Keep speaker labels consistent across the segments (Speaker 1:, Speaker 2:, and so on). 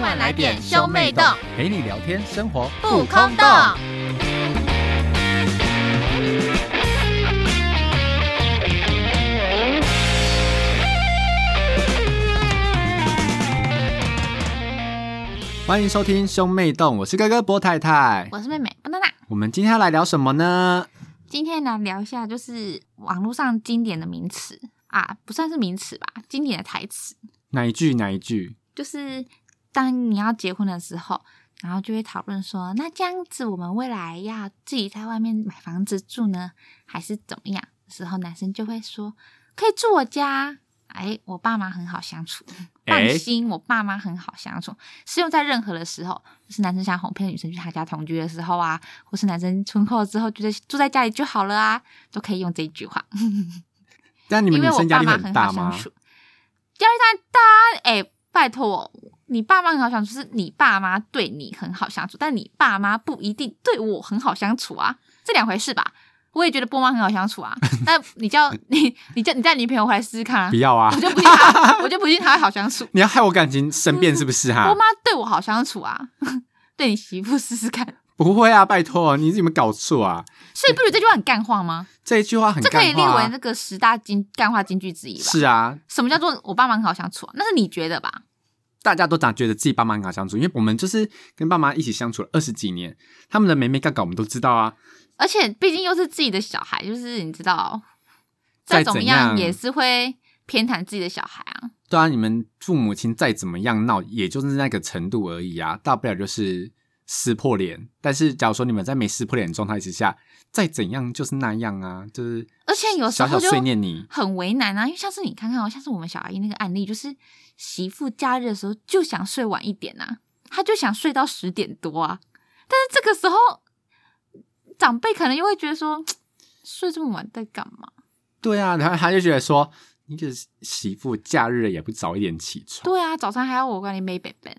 Speaker 1: 快来点兄妹洞，
Speaker 2: 陪你聊天，生活
Speaker 1: 不空洞。
Speaker 2: 欢迎收听兄妹洞，我是哥哥波太太。
Speaker 1: 我是妹妹，不娜娜。
Speaker 2: 我们今天要来聊什么呢？
Speaker 1: 今天来聊一下，就是网络上经典的名词啊，不算是名词吧，经典的台词，
Speaker 2: 哪一句？哪一句？
Speaker 1: 就是当你要结婚的时候，然后就会讨论说，那这样子我们未来要自己在外面买房子住呢，还是怎么样？时候男生就会说，可以住我家。哎，我爸妈很好相处，
Speaker 2: 哎
Speaker 1: 放心，我爸妈很好相处，适用在任何的时候，就是男生想哄骗女生去他家同居的时候啊，或是男生婚后之后觉得住在家里就好了啊，都可以用这一句话。
Speaker 2: 但你
Speaker 1: 因
Speaker 2: 们女
Speaker 1: 为我
Speaker 2: 生压
Speaker 1: 爸
Speaker 2: 力
Speaker 1: 妈
Speaker 2: 大
Speaker 1: 好相
Speaker 2: 吗？
Speaker 1: 处？压力大大，哎、拜托，你爸妈很好相处，是你爸妈对你很好相处，但你爸妈不一定对我很好相处啊，这两回事吧？我也觉得波妈很好相处 啊，那你叫你你叫你带女朋友回来试试看啊
Speaker 2: 不，要啊
Speaker 1: 我！就不信他， 我就不信他会好相处。
Speaker 2: 你要害我感情生变是不是啊哈
Speaker 1: 波？妈对嗯我好相处啊， 对你媳妇试试看，
Speaker 2: 不会啊，拜托，你有没有搞错啊？
Speaker 1: 所以不觉得这句话很干话吗？
Speaker 2: 这一句话很
Speaker 1: 这可以
Speaker 2: 干
Speaker 1: 列
Speaker 2: 话
Speaker 1: 为
Speaker 2: 啊。
Speaker 1: 那个十大金干话金句之一吧？
Speaker 2: 是啊，
Speaker 1: 什么叫做我爸妈很好相处、啊？那是你觉得吧？
Speaker 2: 大家都打觉得自己爸妈很好相处，因为我们就是跟爸妈一起相处了二十几年，他们的妹妹嘎嘎我们都知道啊。
Speaker 1: 而且毕竟又是自己的小孩，就是你知道，
Speaker 2: 再
Speaker 1: 再怎么
Speaker 2: 怎
Speaker 1: 样
Speaker 2: 样
Speaker 1: 也是会偏袒自己的小孩啊。
Speaker 2: 对啊，你们父母亲再怎么样闹，也就是那个程度而已啊，大不了就是撕破脸。但是假如说你们在没撕破脸的状态之下，再怎样就是那样啊，就是
Speaker 1: 而且有时
Speaker 2: 小
Speaker 1: 候
Speaker 2: 小
Speaker 1: 就
Speaker 2: 碎念你，
Speaker 1: 很为难啊，因为像是你看看哦，像是我们小阿姨那个案例，就是媳妇假日的时候就想睡晚一点啊，她就想睡到十点多啊，但是这个时候长辈可能又会觉得说，嘖睡这么晚在干嘛？
Speaker 2: 对啊，然后他就觉得说，你个媳妇假日也不早一点起床，
Speaker 1: 对啊，早上还要我管你妹本本，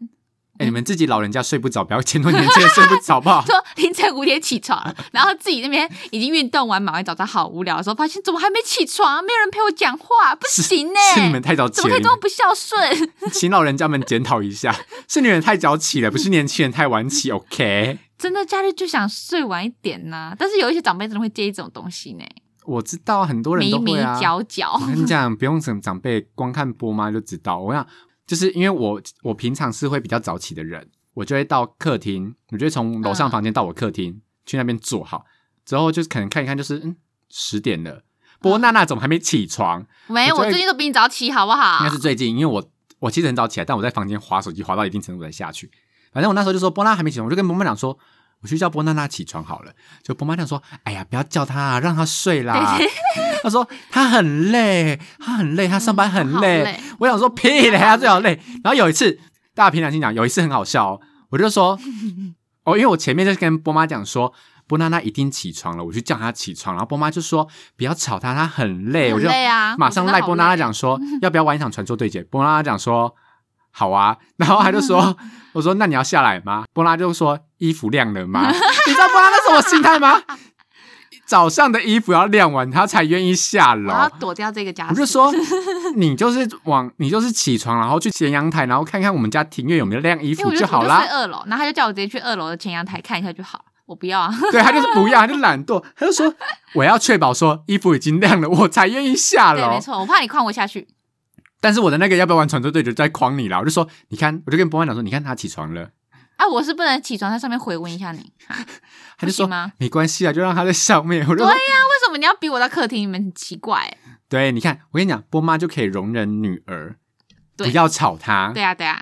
Speaker 2: 哎、你们自己老人家睡不着，不要牵动年轻人睡不着，好 不好？
Speaker 1: 说凌晨五点起床， 然后自己那边已经运动完，忙完早上好无聊的时候，发现怎么还没起床，没有人陪我讲话，不行呢、
Speaker 2: 是你们太早起
Speaker 1: 怎么
Speaker 2: 了，
Speaker 1: 可以
Speaker 2: 你
Speaker 1: 这
Speaker 2: 们
Speaker 1: 么不孝顺？
Speaker 2: 请老人家们检讨一下，是你们太早起了，不是年轻人太晚起。OK，
Speaker 1: 真的假日就想睡晚一点呐、但是有一些长辈真的会介意这种东西呢，
Speaker 2: 我知道很多人
Speaker 1: 眉
Speaker 2: 都
Speaker 1: 眉
Speaker 2: 会啊。
Speaker 1: 角角
Speaker 2: 我，跟你讲，不用什么长辈，光看波妈就知道。我想，就是因为我我平常是会比较早起的人，我就会到客厅，我就会从楼上
Speaker 1: 嗯
Speaker 2: 房间到我客厅、去那边坐好，之后就是可能看一看，就是嗯十点了，波娜娜怎么还没起床？
Speaker 1: 没有，
Speaker 2: 我
Speaker 1: 我
Speaker 2: 最
Speaker 1: 最近都比你早起，好不好
Speaker 2: 应该？是最近，因为我我其实很早起来，但我在房间划手机划到一定程度才下去。反正我那时候就说波娜还没起床，我就跟波妈讲说，我去叫波娜娜起床好了。就波妈讲说，哎呀，不要叫她、啊，让她睡啦。 她说她很累，她很累，她上班很累。
Speaker 1: 嗯好累
Speaker 2: 我想说屁嘞，她最好累。然后有一次，大家平常心讲，有一次很好笑、哦，我 就说，哦，因为我前面就是跟波妈讲说。波娜娜一定起床了，我去叫她起床，然后波妈就说不要吵她，她很累。我
Speaker 1: 很
Speaker 2: 就
Speaker 1: 累啊，
Speaker 2: 马上
Speaker 1: 我真的
Speaker 2: 赖
Speaker 1: 好
Speaker 2: 波娜拉
Speaker 1: 累
Speaker 2: 讲说，要不要玩一场传说对决？波娜拉讲说，好啊。然后他 就说，我说那你要下来吗？波拉就说衣服晾 了吗？你知道波拉那什么心态吗？ 早上的衣服要晾完，他才愿意下
Speaker 1: 我要
Speaker 2: 楼。
Speaker 1: 躲掉这个家，
Speaker 2: 我就说，你就是往 你就是起床，然后去前阳台，然后看看我们家庭院有没有晾衣
Speaker 1: 因为
Speaker 2: 服
Speaker 1: 我就
Speaker 2: 好
Speaker 1: 我就
Speaker 2: 啦
Speaker 1: 睡。二楼，然后他就叫我直接去二楼的前阳台看一下就好了，我不要啊，
Speaker 2: 对他就是不要，他就懒惰，他就说我要确保说衣服已经晾了，我才愿意下
Speaker 1: 对，
Speaker 2: 楼
Speaker 1: 没。错，我怕你框我下去，
Speaker 2: 但是我的那个要不要玩传说对决在框你啦，我就说，你看，我就跟波曼讲说，你看他起床了，
Speaker 1: 哎、我是不能起床在上面回温一下你。
Speaker 2: 他
Speaker 1: 不
Speaker 2: 就
Speaker 1: 行
Speaker 2: 说
Speaker 1: 吗
Speaker 2: 没关系啊，就让他在上面。我就说，
Speaker 1: 对为什么你要逼我到客厅里面？很奇怪、
Speaker 2: 对，你看，我跟你讲，波妈就可以容忍女儿，
Speaker 1: 对
Speaker 2: 不要吵她
Speaker 1: 对。啊，对啊，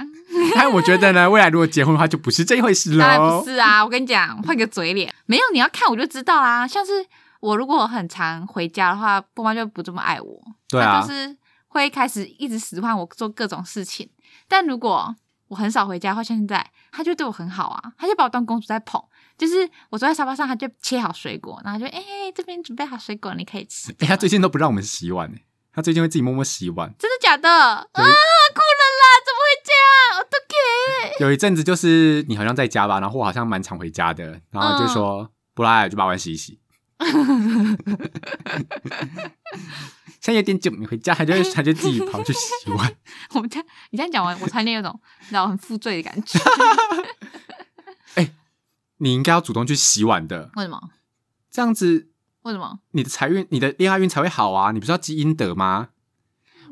Speaker 2: 但我觉得呢，未来如果结婚的话，就不是这一回事
Speaker 1: 当然不
Speaker 2: 喽。
Speaker 1: 是啊。我跟你讲，换个嘴脸，没有你要看我就知道啦。像是我如果很常回家的话，波妈就不这么爱我，
Speaker 2: 对
Speaker 1: 她
Speaker 2: 啊
Speaker 1: 就，是会开始一直使唤我做各种事情。但如果我很少回家的话，像现在她就对我很好啊，她就把我当公主在捧。就是我坐在沙发上，她就切好水果，然后就哎、这边准备好水果，你可以 吃。
Speaker 2: 哎，她最近都不让我们洗碗呢，她最近会自己默默洗碗。
Speaker 1: 真的假的？啊，哭了啦！怎么会这样？我都给。
Speaker 2: 有一阵子就是你好像在家吧，然后我好像蛮常回家的，然后就
Speaker 1: 嗯
Speaker 2: 说、布拉尔就把碗洗一洗。 现在有点久没回家，他就会他就自己跑去洗碗。
Speaker 1: 我们家你这样讲完，我突然间有种你知道很负罪的感觉。
Speaker 2: 你应该要主动去洗碗的，
Speaker 1: 为什么？
Speaker 2: 这样子
Speaker 1: 为什么？
Speaker 2: 你的财运、你的恋爱运才会好啊！你不是要积阴德吗？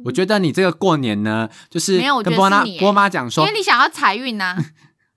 Speaker 2: 我觉得你这个过年呢，就是
Speaker 1: 没有我觉
Speaker 2: 跟
Speaker 1: 得
Speaker 2: 波妈
Speaker 1: 是你欸
Speaker 2: 波妈讲
Speaker 1: 因
Speaker 2: 说
Speaker 1: 为，你想要财运呐。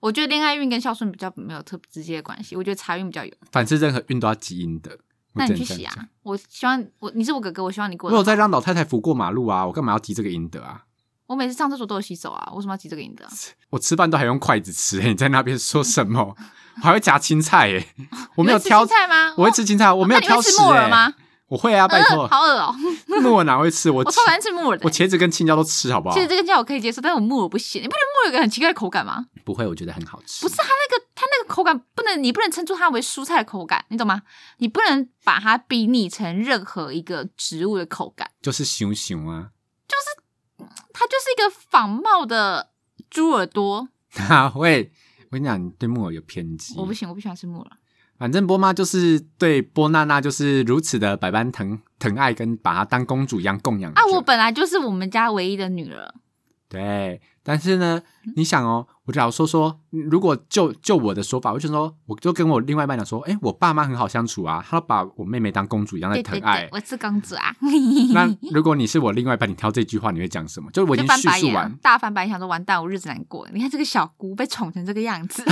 Speaker 1: 我觉得恋爱运跟孝顺比较没有特别直接的关系，我觉得财运比较有。
Speaker 2: 凡是任何运都要积阴德。
Speaker 1: 那你去
Speaker 2: 我只能
Speaker 1: 洗
Speaker 2: 这样讲！
Speaker 1: 啊！我希望我你是我哥哥，我希望你过
Speaker 2: 我
Speaker 1: 得
Speaker 2: 有
Speaker 1: 好。
Speaker 2: 在让老太太扶过马路啊，我干嘛要积这个阴德啊？
Speaker 1: 我每次上厕所都有洗手啊，为什么要急这个赢的？
Speaker 2: 我吃饭都还用筷子吃、欸，你在那边说什么？我还会夹青菜耶、我
Speaker 1: 你
Speaker 2: 没有
Speaker 1: 会吃
Speaker 2: 挑
Speaker 1: 青，菜吗？哦
Speaker 2: 我会吃青菜，啊我没有
Speaker 1: 那你
Speaker 2: 挑
Speaker 1: 会
Speaker 2: 食
Speaker 1: 吃木
Speaker 2: 哎、
Speaker 1: 耳吗？
Speaker 2: 我会啊，拜托
Speaker 1: 嗯，，好恶哦！
Speaker 2: 木耳哪会吃？我
Speaker 1: 我
Speaker 2: 茄
Speaker 1: 超喜欢吃木耳的
Speaker 2: 我。茄子跟青椒都吃，好不好
Speaker 1: 其？实这个酱我可以接受，但我木耳不行。你不觉得木耳有个很奇怪的口感吗？
Speaker 2: 不会，我觉得很好吃。
Speaker 1: 不是它那个它那个口感不能，你不能称出它为蔬菜的口感，你懂吗？你不能把它比拟成任何一个植物的口感，
Speaker 2: 就是熊熊啊，
Speaker 1: 它就是一个仿冒的猪耳朵。
Speaker 2: 哪会？我跟你讲，你对木耳有偏激。
Speaker 1: 我不行，我不喜欢吃木耳。
Speaker 2: 反正波妈就是对波娜娜就是如此的百般疼疼爱，跟把她当公主一样供养着。
Speaker 1: 啊，我本来就是我们家唯一的女儿，
Speaker 2: 对，但是呢，
Speaker 1: 嗯
Speaker 2: 你想哦，我只要说说，如果就就我的说法，我就说，我就跟我另外一半讲说，哎，我爸妈很好相处啊，他把我妹妹当公主一样在
Speaker 1: 对
Speaker 2: 疼
Speaker 1: 对
Speaker 2: 爱
Speaker 1: 对，。我是公主啊。
Speaker 2: 那如果你是我另外一半，你挑这句话，你会讲什么？就是我已
Speaker 1: 就
Speaker 2: 经
Speaker 1: 翻
Speaker 2: 叙
Speaker 1: 白
Speaker 2: 述
Speaker 1: 眼啊
Speaker 2: 完，，
Speaker 1: 大翻白眼，想说完蛋，我日子难过。你看这个小姑被宠成这个样 子，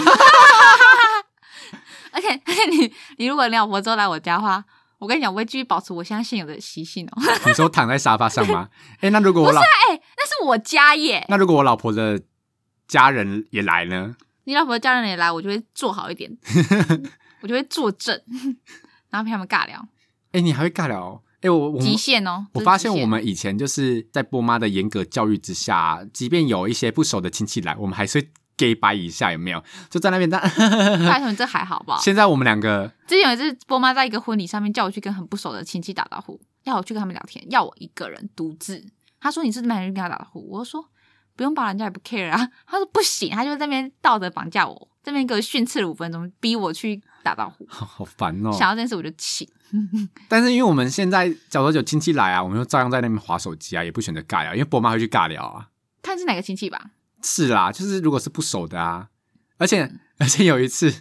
Speaker 1: 而且而且你你如果你老婆之后来我家的话，我跟你讲，我会继续保持我现在现有的习性哦。
Speaker 2: 你说躺在沙发上吗？哎，那如果我老，
Speaker 1: 哎、那是我家耶，
Speaker 2: 那如果我老婆的家人也来呢？
Speaker 1: 你老婆的家人也来，我就会做好一 点，我就会坐正，然后陪他们尬聊，
Speaker 2: 哎，你还会尬聊哦？哎，我我
Speaker 1: 极限哦。这
Speaker 2: 我
Speaker 1: 是
Speaker 2: 发
Speaker 1: 极
Speaker 2: 现我
Speaker 1: 限
Speaker 2: 们以前就是在波妈的严格教育之下，即便有一些不熟的亲戚来，我们还是会 gay 掰一下，有没有？就在那边，但
Speaker 1: 拜托你这还好不好？
Speaker 2: 现在我们两个
Speaker 1: 之前有一次，波妈在一个婚礼上面叫我去跟很不熟的亲戚打招呼，要我去跟他们聊天，要我一个人独自。她说：“你是不是没有人跟他打招呼？”我就说：“不用吧，人家也不 care 啊。”她说：“不行。”她就在那边道德绑架我，这边给我训斥了五分钟，逼我去打招呼。
Speaker 2: 好好烦哦、
Speaker 1: 想到这件事我就气，
Speaker 2: 但是因为我们现在假如有亲戚来啊，我们就照样在那边划手机啊，也不选择尬聊，因为波妈会去尬聊啊。
Speaker 1: 看是哪个亲戚吧。
Speaker 2: 是啦，就是如果是不熟的啊，而且
Speaker 1: 嗯
Speaker 2: 而且有一次，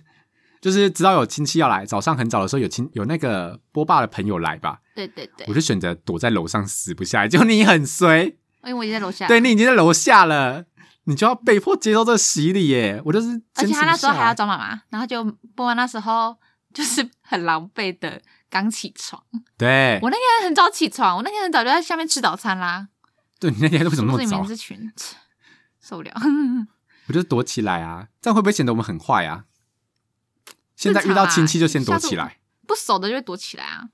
Speaker 2: 就是知道有亲戚要来，早上很早的时候有亲有那个波爸的朋友来吧，
Speaker 1: 对对对
Speaker 2: 我，就选择躲在楼上死不下来，就你很衰。
Speaker 1: 因为我已经在楼下。
Speaker 2: 对你已经在楼下了，你就要被迫接受这个洗礼耶！我就是
Speaker 1: 而
Speaker 2: 坚
Speaker 1: 且
Speaker 2: 持不下
Speaker 1: 他
Speaker 2: 来，
Speaker 1: 那时候还要找妈妈，然后就波妈那时候就是很狼狈的刚起床。
Speaker 2: 对，
Speaker 1: 我那天很早起床，我那天很早就在下面吃早餐啦。
Speaker 2: 对你哎那天为什么
Speaker 1: 不是
Speaker 2: 那么
Speaker 1: 你
Speaker 2: 早
Speaker 1: 名？字群，切受不了。
Speaker 2: 我就躲起来啊，这样会不会显得我们很坏啊？ 现在遇到亲戚就先躲起
Speaker 1: 啊下
Speaker 2: 来，
Speaker 1: 不熟的就会躲起来啊，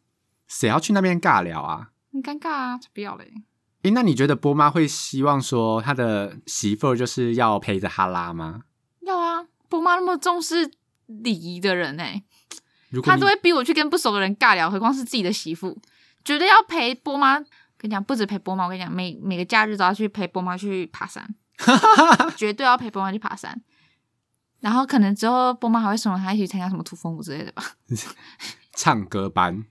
Speaker 2: 谁要去那边尬聊啊？
Speaker 1: 很尴尬啊，才不要嘞。
Speaker 2: 诶，那你觉得波妈会希望说她的媳妇儿就是要陪着哈拉吗？
Speaker 1: 要啊，波妈那么重视礼仪的人哎、
Speaker 2: 如果
Speaker 1: 她
Speaker 2: 你
Speaker 1: 都会逼我去跟不熟的人尬聊，何况是自己的媳妇，绝对要陪波妈。跟你讲，不止陪波妈，我跟你讲，每每个假日都要去陪波妈去爬山，绝对要陪波妈去爬山。然后可能之后波妈还会怂恿她一起参加什么土风舞之类的吧？
Speaker 2: 唱歌班，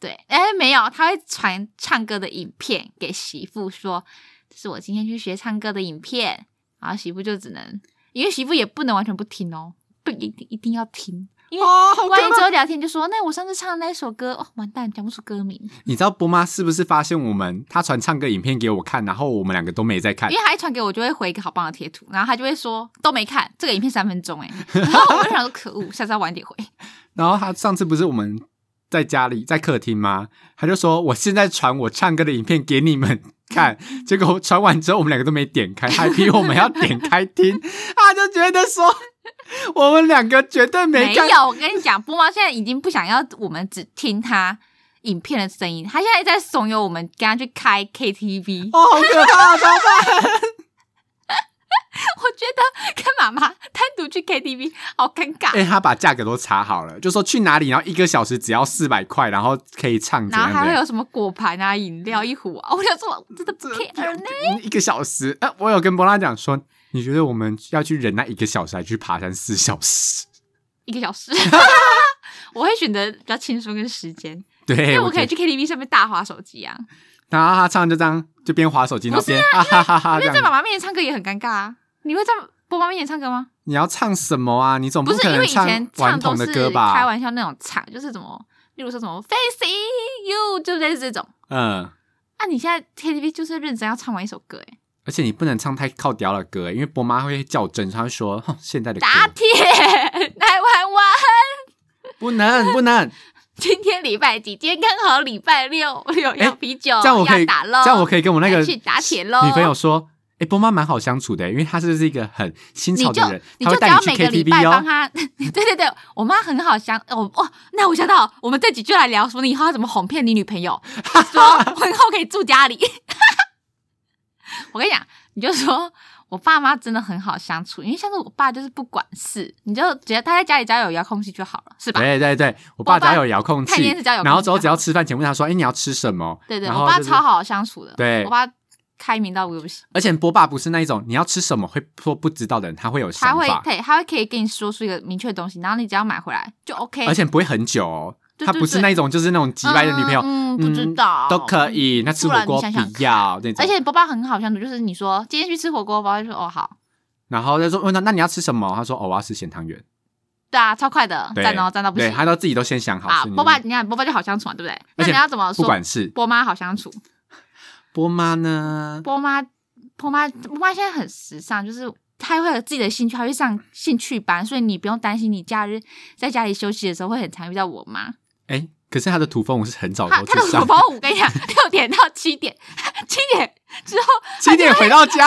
Speaker 1: 对， 哎，没有，他会传唱歌的影片给媳妇说，这是我今天去学唱歌的影片，然后媳妇就只能，因为媳妇也不能完全不听哦，不一定一定要听，因为
Speaker 2: 哦，好
Speaker 1: 万一之后聊天就说，那我上次唱的那首歌，哦，完蛋，讲不出歌名，
Speaker 2: 你知道波妈是不是发现我们她传唱歌影片给我看，然后我们两个都没在看
Speaker 1: 因为，他一传给我，就会回一个好棒的贴图，然后他就会说都没看这个影片三分钟，哎，然后我就想说可恶，下次要晚点回，
Speaker 2: 然后他上次不是我们在家里在客厅吗？他就说我现在传我唱歌的影片给你们 看，结果传完之后我们两个都没点开，还逼我们要点开听，他就觉得说我们两个绝对没看。
Speaker 1: 有，我跟你讲，波妈现在已经不想要我们只听她影片的声音，她现在在怂恿我们跟她去开 KTV。
Speaker 2: 哦，好可怕！怎么办？
Speaker 1: 我觉得跟妈妈单独去 KTV 好尴尬。
Speaker 2: 哎、他把价格都查好了，就说去哪里，然后一个小时只要四百块，然后可以唱怎
Speaker 1: 然
Speaker 2: 样
Speaker 1: 后
Speaker 2: 怎
Speaker 1: 还会
Speaker 2: 样
Speaker 1: 有什么果盘啊、饮料一壶啊，我想说，我真的不 care 呢。
Speaker 2: 嗯一个小时。哎、我有跟波拉讲说，你觉得我们要去忍耐一个小时，还去爬山四小时？
Speaker 1: 一个小 时， 我会选择比较轻松跟时间，
Speaker 2: 对，
Speaker 1: 因为我
Speaker 2: 哎觉得
Speaker 1: 可以去 KTV 上面大划手机啊。
Speaker 2: 然后他唱就这样，就边划手机，然后边啊哈哈哈
Speaker 1: 因
Speaker 2: 这
Speaker 1: 为在妈
Speaker 2: 样。
Speaker 1: 妈面前唱歌也很尴尬啊。你会在波妈面前唱歌吗？
Speaker 2: 你要唱什么啊？你总
Speaker 1: 不是，
Speaker 2: 可
Speaker 1: 因
Speaker 2: 能
Speaker 1: 为以前
Speaker 2: 顽
Speaker 1: 唱
Speaker 2: 童
Speaker 1: 都
Speaker 2: 的
Speaker 1: 是
Speaker 2: 歌
Speaker 1: 开
Speaker 2: 吧？
Speaker 1: 玩笑那种唱，就是怎么，例如说什么 Facing You，就类似这种。
Speaker 2: 嗯，
Speaker 1: 啊，你现在 KTV 就是认真要唱完一首歌，哎，
Speaker 2: 而且你不能唱太靠调的歌，因为波妈会较真，她会说哼现在的歌
Speaker 1: 打铁来玩 玩。
Speaker 2: 不能不能，
Speaker 1: 哦今天礼拜几？今天刚好礼拜六，有
Speaker 2: 哎
Speaker 1: 有啤酒，
Speaker 2: 这样我可以，
Speaker 1: 要打喽。
Speaker 2: 这样我可以跟我那个
Speaker 1: 要去打铁喽
Speaker 2: 女朋友说，哎、波妈蛮好相处的，因为她就是一个很新
Speaker 1: 你
Speaker 2: 潮
Speaker 1: 就
Speaker 2: 的人，
Speaker 1: 你
Speaker 2: 她
Speaker 1: 就只
Speaker 2: 会带
Speaker 1: 要
Speaker 2: 去
Speaker 1: 每个礼拜
Speaker 2: KTV
Speaker 1: 帮
Speaker 2: 哦。
Speaker 1: 他， 对对对，我妈很好想，我哦，那我想到我们这几句来聊说你以后要怎么哄骗你女朋 友，说婚后可以住家里。 我跟你讲，你就说我爸妈真的很好相处，因为像是我爸就是不管事，你就只要他在家里只要有遥控器就好了，是吧？
Speaker 2: 对对对，我
Speaker 1: 爸
Speaker 2: 爸只要有遥控
Speaker 1: 看电
Speaker 2: 器
Speaker 1: 视只要有遥控，器
Speaker 2: 然后之后只要吃饭前问他说：“哎、你要吃什么？”
Speaker 1: 啊对对，
Speaker 2: 然
Speaker 1: 我
Speaker 2: 后
Speaker 1: 爸
Speaker 2: 就是
Speaker 1: 超，好相处的，
Speaker 2: 对
Speaker 1: 我爸开明到不行。
Speaker 2: 而且波爸不是那一种你要吃什么会说不知道的人，他会有
Speaker 1: 他
Speaker 2: 想
Speaker 1: 会
Speaker 2: 法，
Speaker 1: 对，他会可以跟你说出一个明确的东西，然后你只要买回来就 OK。
Speaker 2: 而且不会很久、哦。
Speaker 1: 对
Speaker 2: 他不是那一种就是那种急白的女朋友，
Speaker 1: 嗯，嗯不知道、
Speaker 2: 都可。以。那吃火锅
Speaker 1: 不然你想想
Speaker 2: 不要那种，
Speaker 1: 而且波爸很好相处，就是你说今天去吃火锅，波爸就说哦好，
Speaker 2: 然后他说问他那你要吃什么？他说哦我要吃咸汤圆，
Speaker 1: 对啊，超快的，
Speaker 2: 对
Speaker 1: 赞哦，赞到不
Speaker 2: 对
Speaker 1: 行
Speaker 2: 他都自己都先想好
Speaker 1: 啊！
Speaker 2: 是你
Speaker 1: 波爸，你看波爸就好相处嘛，对不对？那
Speaker 2: 而且
Speaker 1: 你要怎么
Speaker 2: 不
Speaker 1: 说？
Speaker 2: 管是
Speaker 1: 波妈好相处，
Speaker 2: 波妈呢，
Speaker 1: 波妈波妈波妈现在很时尚，就是她会有自己的兴趣，她会上兴趣班，所以你不用担心你假日在家里休息的时候会很常遇到我妈。
Speaker 2: 哎、可是他的土风舞是很早
Speaker 1: 她
Speaker 2: 就
Speaker 1: 她的
Speaker 2: 哦去
Speaker 1: 土
Speaker 2: 上，
Speaker 1: 包我跟你讲，六点到七点， 七点之后
Speaker 2: 七点回 到家，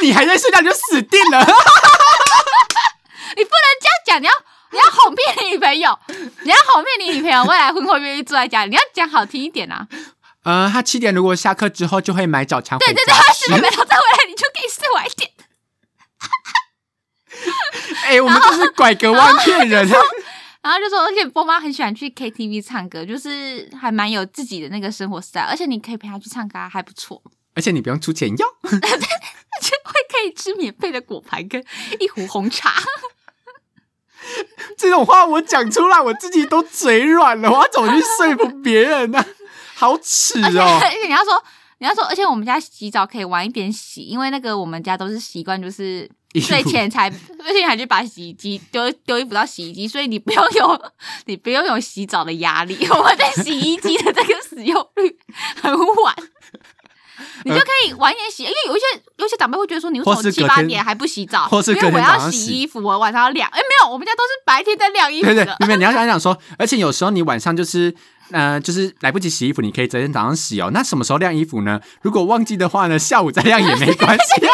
Speaker 2: 你还在睡觉你就死定了。
Speaker 1: 你不能这样讲，你要你要哄骗你女朋友， 你要哄骗你女朋友未来婚后愿意住在家里，你要讲好听一点啊！
Speaker 2: 呃，他七点如果下课之后就会买早餐回
Speaker 1: 对对对，
Speaker 2: 家
Speaker 1: 他
Speaker 2: 吃
Speaker 1: 十点没有再回来，你就可以睡晚一点。
Speaker 2: 哎、我们就是拐个弯骗人啊！
Speaker 1: 然后就说，而且波妈很喜欢去 KTV 唱歌，就是还蛮有自己的那个生活 style，而且你可以陪她去唱歌，啊还不错，
Speaker 2: 而且你不用出钱哟。
Speaker 1: 而且会可以吃免费的果盘跟一壶红茶。
Speaker 2: 这种话我讲出来，我自己都嘴软了，我要怎么去说服别人呢、 好耻
Speaker 1: 而且
Speaker 2: 哦！
Speaker 1: 而且你要说。你要说，而且我们家洗澡可以晚一点洗，因为那个我们家都是习惯，就是
Speaker 2: 衣服
Speaker 1: 睡前才，睡前才去把洗衣机丢丢衣服到洗衣机，所以你不用有你不用有洗澡的压力。我们在洗衣机的这个使用率很晚，你就可以晚一点洗，因为有一些有一些长辈会觉得说，你为什
Speaker 2: 呃
Speaker 1: 么
Speaker 2: 或是
Speaker 1: 七
Speaker 2: 隔
Speaker 1: 八
Speaker 2: 天
Speaker 1: 点还不洗澡？
Speaker 2: 或是
Speaker 1: 因
Speaker 2: 隔
Speaker 1: 为
Speaker 2: 天
Speaker 1: 我
Speaker 2: 早
Speaker 1: 要
Speaker 2: 上洗
Speaker 1: 洗衣服，我晚上要晾。哎，没有，我们家都是白天在晾衣服
Speaker 2: 对
Speaker 1: 的。
Speaker 2: 对，妹妹，你要想想说，而且有时候你晚上就是。呃，就是来不及洗衣服，你可以昨天早上洗哦。那什么时候晾衣服呢？如果忘记的话呢，下午再晾也没关系。啊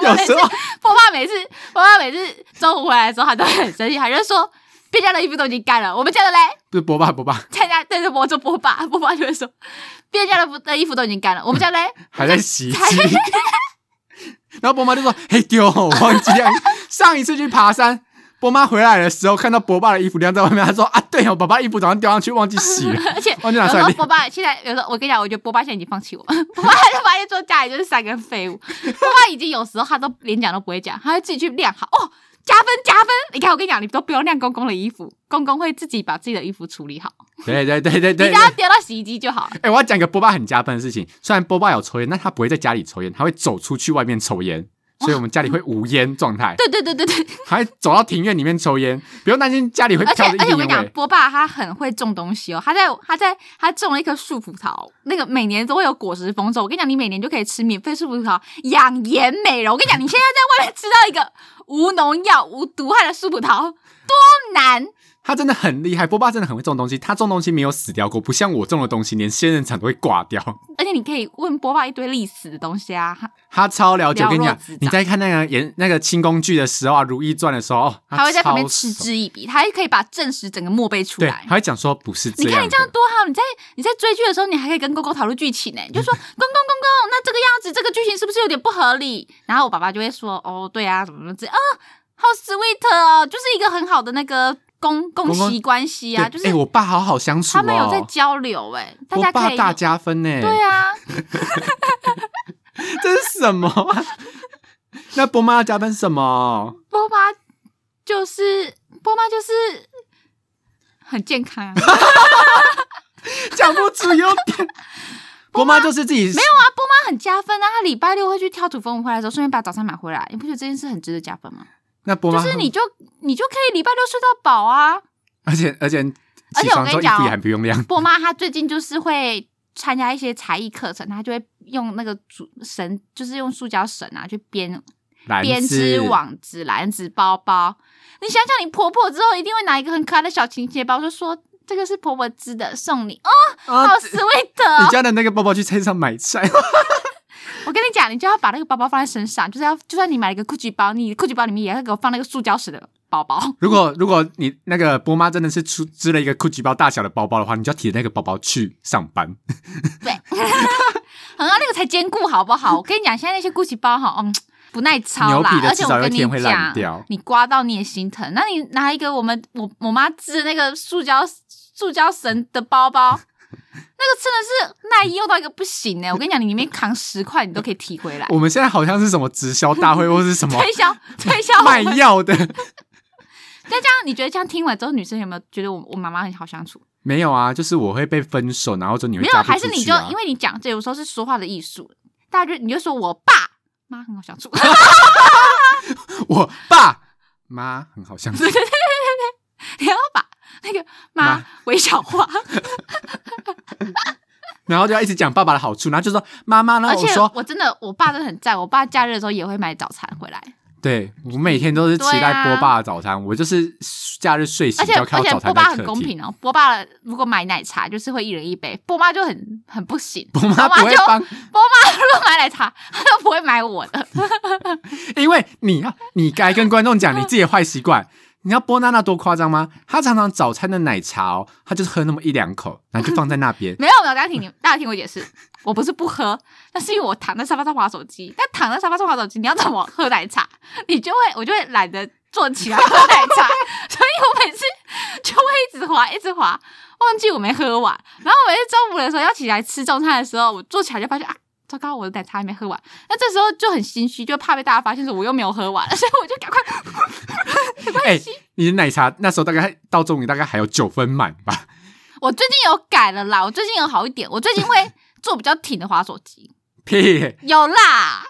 Speaker 1: 我
Speaker 2: 有
Speaker 1: 每
Speaker 2: 时
Speaker 1: 次
Speaker 2: 候
Speaker 1: 我爸每次，我爸每次中午回来的时候，他都会很生气，他就说别家的衣服都已经干了，我们家的嘞，
Speaker 2: 不是波霸波霸
Speaker 1: 在家对着 我做波霸，波霸就会说别家的不的衣服都已经干了，我们家嘞，
Speaker 2: 还在洗衣机， 然后波妈就说：“嘿丢，我忘记晾。上一次去爬山，波妈回来的时候看到波爸的衣服晾在外面，她说：‘啊，对哦，我爸爸衣服早上丢上去忘记洗了。’
Speaker 1: 而且
Speaker 2: 忘记
Speaker 1: 有
Speaker 2: 拿出
Speaker 1: 时
Speaker 2: 来
Speaker 1: 候
Speaker 2: 晾。
Speaker 1: 波霸现在有时候我跟你讲，我觉得波霸现在已经放弃我，波霸就发现说家里就是三个废物，波霸已经有时候他都连讲都不会讲，他会自己去晾好哦。加分加分！你看我跟你讲，你都不用晾公公的衣服，公公会自己把自己的衣服处理好，
Speaker 2: 对对对对
Speaker 1: 你
Speaker 2: 对
Speaker 1: 只。要丢到洗衣机就好了。
Speaker 2: 哎、我要讲一个波爸很加分的事情。虽然波爸有抽烟，但他不会在家里抽烟，他会走出去外面抽烟，所以我们家里会无烟状 态，
Speaker 1: 对对对对对，
Speaker 2: 还走到庭院里面抽烟，不用担心家里会
Speaker 1: 而且
Speaker 2: 飘着
Speaker 1: 而且
Speaker 2: 一
Speaker 1: 我跟
Speaker 2: 烟
Speaker 1: 你讲，
Speaker 2: 味。
Speaker 1: 波爸他很会种东西哦，他在他在他种了一棵树葡萄，那个每年都会有果实丰收。我跟你讲，你每年就可以吃免费树葡萄，养颜美容。我跟你讲，你现在在外面吃到一个无农药、无毒害的树葡萄，多难！
Speaker 2: 他真的很厉害，波爸真的很会种东西，他种东西没有死掉过，不像我种的东西，连仙人掌都会挂掉。
Speaker 1: 而且你可以问波爸一堆历史的东西啊，他
Speaker 2: 他超了解，我跟你
Speaker 1: 了
Speaker 2: 讲
Speaker 1: 若指掌，
Speaker 2: 你在看那个演那个清宫剧的时候啊，《如懿传》的时候，哦、
Speaker 1: 他会在旁边
Speaker 2: 超
Speaker 1: 嗤
Speaker 2: 熟
Speaker 1: 之以鼻，他还可以把正史整个默背出
Speaker 2: 对，
Speaker 1: 来
Speaker 2: 他。会讲说不是这
Speaker 1: 你看
Speaker 2: 样的。
Speaker 1: 你这样多好！你在你在追剧的时候，你还可以跟公公讨论剧 情呢。你就说公公公公，那这个样子，这个剧情是不是有点不合理？然后我爸爸就会说，哦，对啊，怎么怎么这样啊，好 sweet 哦，就是一个很好的那个公公
Speaker 2: 公
Speaker 1: 媳关系啊，
Speaker 2: 对
Speaker 1: 就
Speaker 2: 哎、
Speaker 1: 是
Speaker 2: 我爸好好相处哦，
Speaker 1: 他们有在交流哎，大家可
Speaker 2: 我爸
Speaker 1: 以
Speaker 2: 大加分呢。
Speaker 1: 对啊，
Speaker 2: 这是什么啊？那波妈要加分什么？
Speaker 1: 波妈 就是波妈就是很健康啊，
Speaker 2: 讲不出优 点。波妈就是自己没有
Speaker 1: 啊，波妈很加分啊！她礼拜六会去挑土风舞回来的时候，顺便把早餐买回来，你不觉得这件事很值得加分吗？
Speaker 2: 那波
Speaker 1: 就
Speaker 2: 妈
Speaker 1: 是你就你就可以礼拜六睡到饱啊！
Speaker 2: 而且而且
Speaker 1: 而且
Speaker 2: 起
Speaker 1: 我
Speaker 2: 床
Speaker 1: 跟
Speaker 2: 之后
Speaker 1: 你
Speaker 2: 衣服
Speaker 1: 讲
Speaker 2: 也
Speaker 1: 哦
Speaker 2: 还不用晾，
Speaker 1: 波妈她最近就是会参加一些才艺课程，她就会用那个竹绳，就是用塑胶绳啊去编
Speaker 2: 篮
Speaker 1: 编织
Speaker 2: 子
Speaker 1: 网子、篮子、包包。你想想，你婆婆之后一定会拿一个很可爱的小情节包，就说这个是婆婆织的，送你哦，
Speaker 2: 啊
Speaker 1: 好 sweet 哦！
Speaker 2: 你家的那个包包去菜市场买菜，
Speaker 1: 我跟你讲，你就要把那个包包放在身上，就是要就算你买了一个 GUCCI 包，你 GUCCI 包里面也要给我放那个塑胶式的包包。
Speaker 2: 如果如果你那个波妈真的是出织了一个 GUCCI 包大小的包包的话，你就要提着那个包包去上 班。
Speaker 1: 对，很啊好，那个才坚固，好不好？我跟你讲，现在那些 GUCCI 包哈，嗯，不耐操
Speaker 2: 牛
Speaker 1: 啦
Speaker 2: 皮，的
Speaker 1: 而且
Speaker 2: 迟
Speaker 1: 我
Speaker 2: 早有一
Speaker 1: 跟你
Speaker 2: 天会烂
Speaker 1: 讲
Speaker 2: 掉，
Speaker 1: 你刮到你也心疼。那你拿一个我们我我妈织的那个塑胶塑胶绳的包包。 那个真的是耐用到一个不行呢、我跟你讲，你里面扛十块，你都可以提回来。
Speaker 2: 我们现在好像是什么直销大会，或 是什么
Speaker 1: 推销推销我
Speaker 2: 卖
Speaker 1: 们
Speaker 2: 药的，
Speaker 1: 那这样你觉得这样听完之后，女生有没有觉得我我妈妈很好相处？
Speaker 2: 没有啊，就是我会被分手，然后就你会
Speaker 1: 没有，
Speaker 2: 嫁不
Speaker 1: 还是
Speaker 2: 出
Speaker 1: 你
Speaker 2: 去
Speaker 1: 就
Speaker 2: 啊
Speaker 1: 因。为你讲这有时候是说话的艺术，大家就你就说我爸妈很好相处，
Speaker 2: 我爸妈很好相处，
Speaker 1: 你要把那个妈
Speaker 2: 妈
Speaker 1: 微小 化，
Speaker 2: 然后就要一直讲爸爸的好处，然后就说妈妈呢，
Speaker 1: 而
Speaker 2: 我
Speaker 1: 且
Speaker 2: 说
Speaker 1: 我真的我爸真的很赞，我爸假日的时候也会买早餐回来，
Speaker 2: 对我每天都是期
Speaker 1: 对啊
Speaker 2: 待波爸的早餐，我就是假日睡醒
Speaker 1: 而
Speaker 2: 就
Speaker 1: 且
Speaker 2: 要看
Speaker 1: 而
Speaker 2: 到
Speaker 1: 且
Speaker 2: 早
Speaker 1: 波
Speaker 2: 餐
Speaker 1: 爸
Speaker 2: 在
Speaker 1: 很
Speaker 2: 客
Speaker 1: 公
Speaker 2: 厅。
Speaker 1: 平哦，波爸如果买奶茶就是会一人一杯，波妈就很很不行，
Speaker 2: 波妈
Speaker 1: 妈
Speaker 2: 不会
Speaker 1: 就
Speaker 2: 帮，
Speaker 1: 波妈如果买奶茶，他就不会买我的，。
Speaker 2: 因为你要你该跟观众讲你自己的坏习惯。你知道波娜娜多夸张吗？她常常早餐的奶茶哦，她就是喝那么一两口，然后就放在那 边
Speaker 1: 没有没有，大家听你大家听我解释， 我不是不喝，那是因为我躺在沙发上划手机。但躺在沙发上划手机，你要怎么喝奶茶？ 你就会我就会懒得坐起来喝奶茶，所以我每次就会一直划一直划，忘记我没喝完。然后每次中午的时候要起来吃中餐的时候，我坐起来就发现啊。糟糕，我的奶茶还没喝完，那这时候就很心虚，就怕被大家发现说我又没有喝完， 所以我就赶快
Speaker 2: 哎、你的奶茶那时候大概到中午大概还有九分满吧？
Speaker 1: 我最近有改了啦，我最近有好一点，我最近会坐比较挺的滑手机，
Speaker 2: 屁、
Speaker 1: 有啦。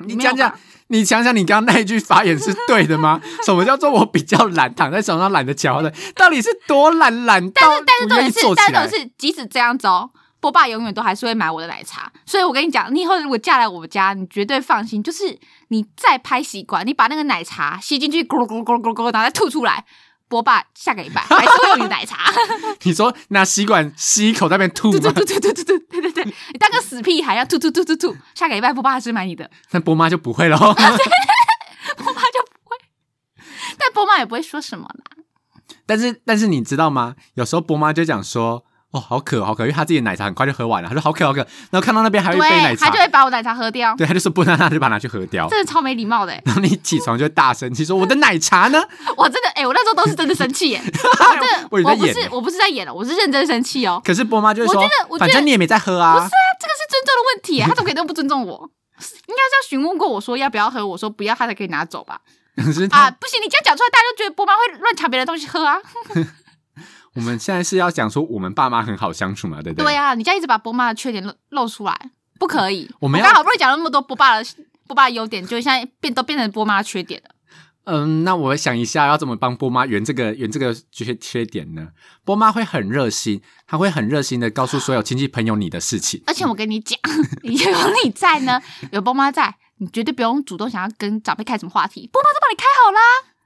Speaker 2: 你
Speaker 1: 没有
Speaker 2: 讲讲
Speaker 1: 吧，
Speaker 2: 你想想，你刚刚那一句发言是对的 吗？什么叫做我比较懒，躺在床上懒得起来的？到底是多懒，懒到
Speaker 1: 但是
Speaker 2: 不
Speaker 1: 重
Speaker 2: 愿
Speaker 1: 点
Speaker 2: 意
Speaker 1: 是
Speaker 2: 坐，
Speaker 1: 但
Speaker 2: 起
Speaker 1: 是
Speaker 2: 来
Speaker 1: 重点？是，即使这样子哦，波爸永远都还是会买我的奶茶。所以我跟你讲，你以后如果嫁来我们家，你绝对放心，就是你再拍吸管，你把那个奶茶吸进去，咕噜咕噜咕噜咕噜咕噜，然后再吐出来。波爸下个礼拜还是会用你的奶茶，
Speaker 2: 你说拿吸管吸一口在那边吐
Speaker 1: 吐吐
Speaker 2: 吗？
Speaker 1: 吐吐吐吐吐，对对对，你当个死屁孩要吐吐吐吐吐，下个礼拜波爸还是买你的，
Speaker 2: 那波妈就 不会喽。
Speaker 1: 波爸就不会，但波妈也不会说什么啦。
Speaker 2: 但是但是你知道吗？有时候波妈就讲说，哦，好渴好渴，因为她自己的奶茶很快就喝完了，她说好渴好渴，然后看到那边还有一杯奶
Speaker 1: 对，
Speaker 2: 茶
Speaker 1: 他就，会把我奶茶喝掉，
Speaker 2: 对，她就说不然她就把它拿去喝掉。
Speaker 1: 真的超没礼貌的欸、
Speaker 2: 然后你起床就会大生气说：“我的奶茶呢哎
Speaker 1: 我真的，哎、我那时候都是真的生气耶、？”
Speaker 2: 我以
Speaker 1: 我
Speaker 2: 为
Speaker 1: 不
Speaker 2: 在
Speaker 1: 是
Speaker 2: 演。
Speaker 1: 我不是在演了，我是认真生气哦。
Speaker 2: 可是波妈就会
Speaker 1: 我
Speaker 2: 说
Speaker 1: 觉得我觉得：“
Speaker 2: 反正你也没在喝啊。”
Speaker 1: 不是啊，这个是尊重的问题耶，他怎么可以都不尊重我？是应该是要询问过我说要不要喝，我说不要，他才可以拿走吧？
Speaker 2: 可是
Speaker 1: 啊，
Speaker 2: 他，
Speaker 1: 不行，你这样讲出来，大家就觉得波妈会乱抢别人的东西喝啊。
Speaker 2: 我们现在是要讲说我们爸妈很好相处嘛，对不对？
Speaker 1: 对啊，你这样一直把波妈的缺点露露出来，不可以。
Speaker 2: 我们要
Speaker 1: 刚好不容易讲了那么多波爸的波爸的优点，就现在变都变成波妈的缺点了。
Speaker 2: 嗯，那我想一下要怎么帮波妈圆这个圆这个缺缺点呢？波妈会很热心，她会很热心的告诉所有亲戚朋友你的事情。
Speaker 1: 而且我跟你讲，有你在呢，有波妈在，你绝对不用主动想要跟长辈开什么话题，波妈都帮你开好啦，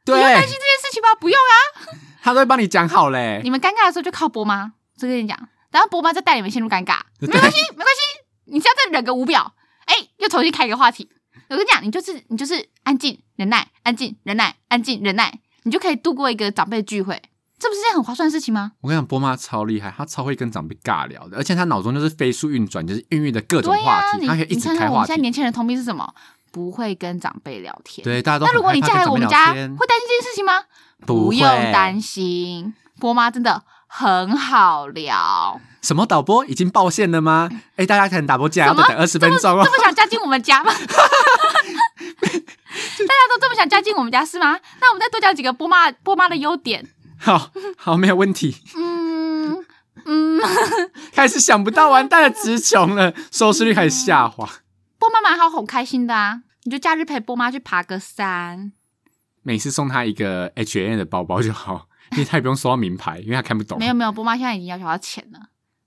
Speaker 2: 对
Speaker 1: 你，要担心这件事情吗？不用啊，
Speaker 2: 她都会帮你讲好嘞。
Speaker 1: 你们尴尬的时候就靠波妈，这跟你讲，然后波妈再带你们陷入尴尬，没关系，没关系，你现在再忍个五秒，哎、又重新开一个话题。我跟你讲，你就是你就是安静忍耐，安静忍耐，安静忍耐，你就可以度过一个长辈聚会，这不是件很划算的事情吗？
Speaker 2: 我跟你讲，波妈超厉害，她超会跟长辈尬聊的，而且她脑中就是飞速运转，就是孕育的各种
Speaker 1: 对呀、
Speaker 2: 话题，
Speaker 1: 你
Speaker 2: 她可以一
Speaker 1: 你
Speaker 2: 直
Speaker 1: 看
Speaker 2: 开
Speaker 1: 看我们
Speaker 2: 话
Speaker 1: 现在
Speaker 2: 题。
Speaker 1: 年轻人的通病是什么？不会跟长辈聊天。
Speaker 2: 对，啊大家都
Speaker 1: 那如果
Speaker 2: 很
Speaker 1: 你
Speaker 2: 害
Speaker 1: 嫁
Speaker 2: 怕
Speaker 1: 来
Speaker 2: 跟长
Speaker 1: 我
Speaker 2: 辈
Speaker 1: 们
Speaker 2: 聊
Speaker 1: 家，
Speaker 2: 天
Speaker 1: 会担心这件事情吗？
Speaker 2: 不
Speaker 1: 用
Speaker 2: 会
Speaker 1: 担心，波妈真的很好聊。
Speaker 2: 什么导播已经报线 了吗？哎，大家可能打播进来要
Speaker 1: 什么
Speaker 2: 再等二十分钟哦
Speaker 1: 这。么想加进我们家 吗？大家都这么想加进我们家是吗？那我们再多讲几个波妈波妈的优点。
Speaker 2: 好好，没有问题。
Speaker 1: 嗯嗯，
Speaker 2: 开始想不到，完蛋了，词穷了，收视率开始下滑。
Speaker 1: 波妈蛮好哄开心的啊，你就假日陪波妈去爬个山，
Speaker 2: 每次送他一个 H N 的包包就好，因为他也不用收到名牌，因为他看不懂。
Speaker 1: 没有没有，波妈现在已经要求要钱了。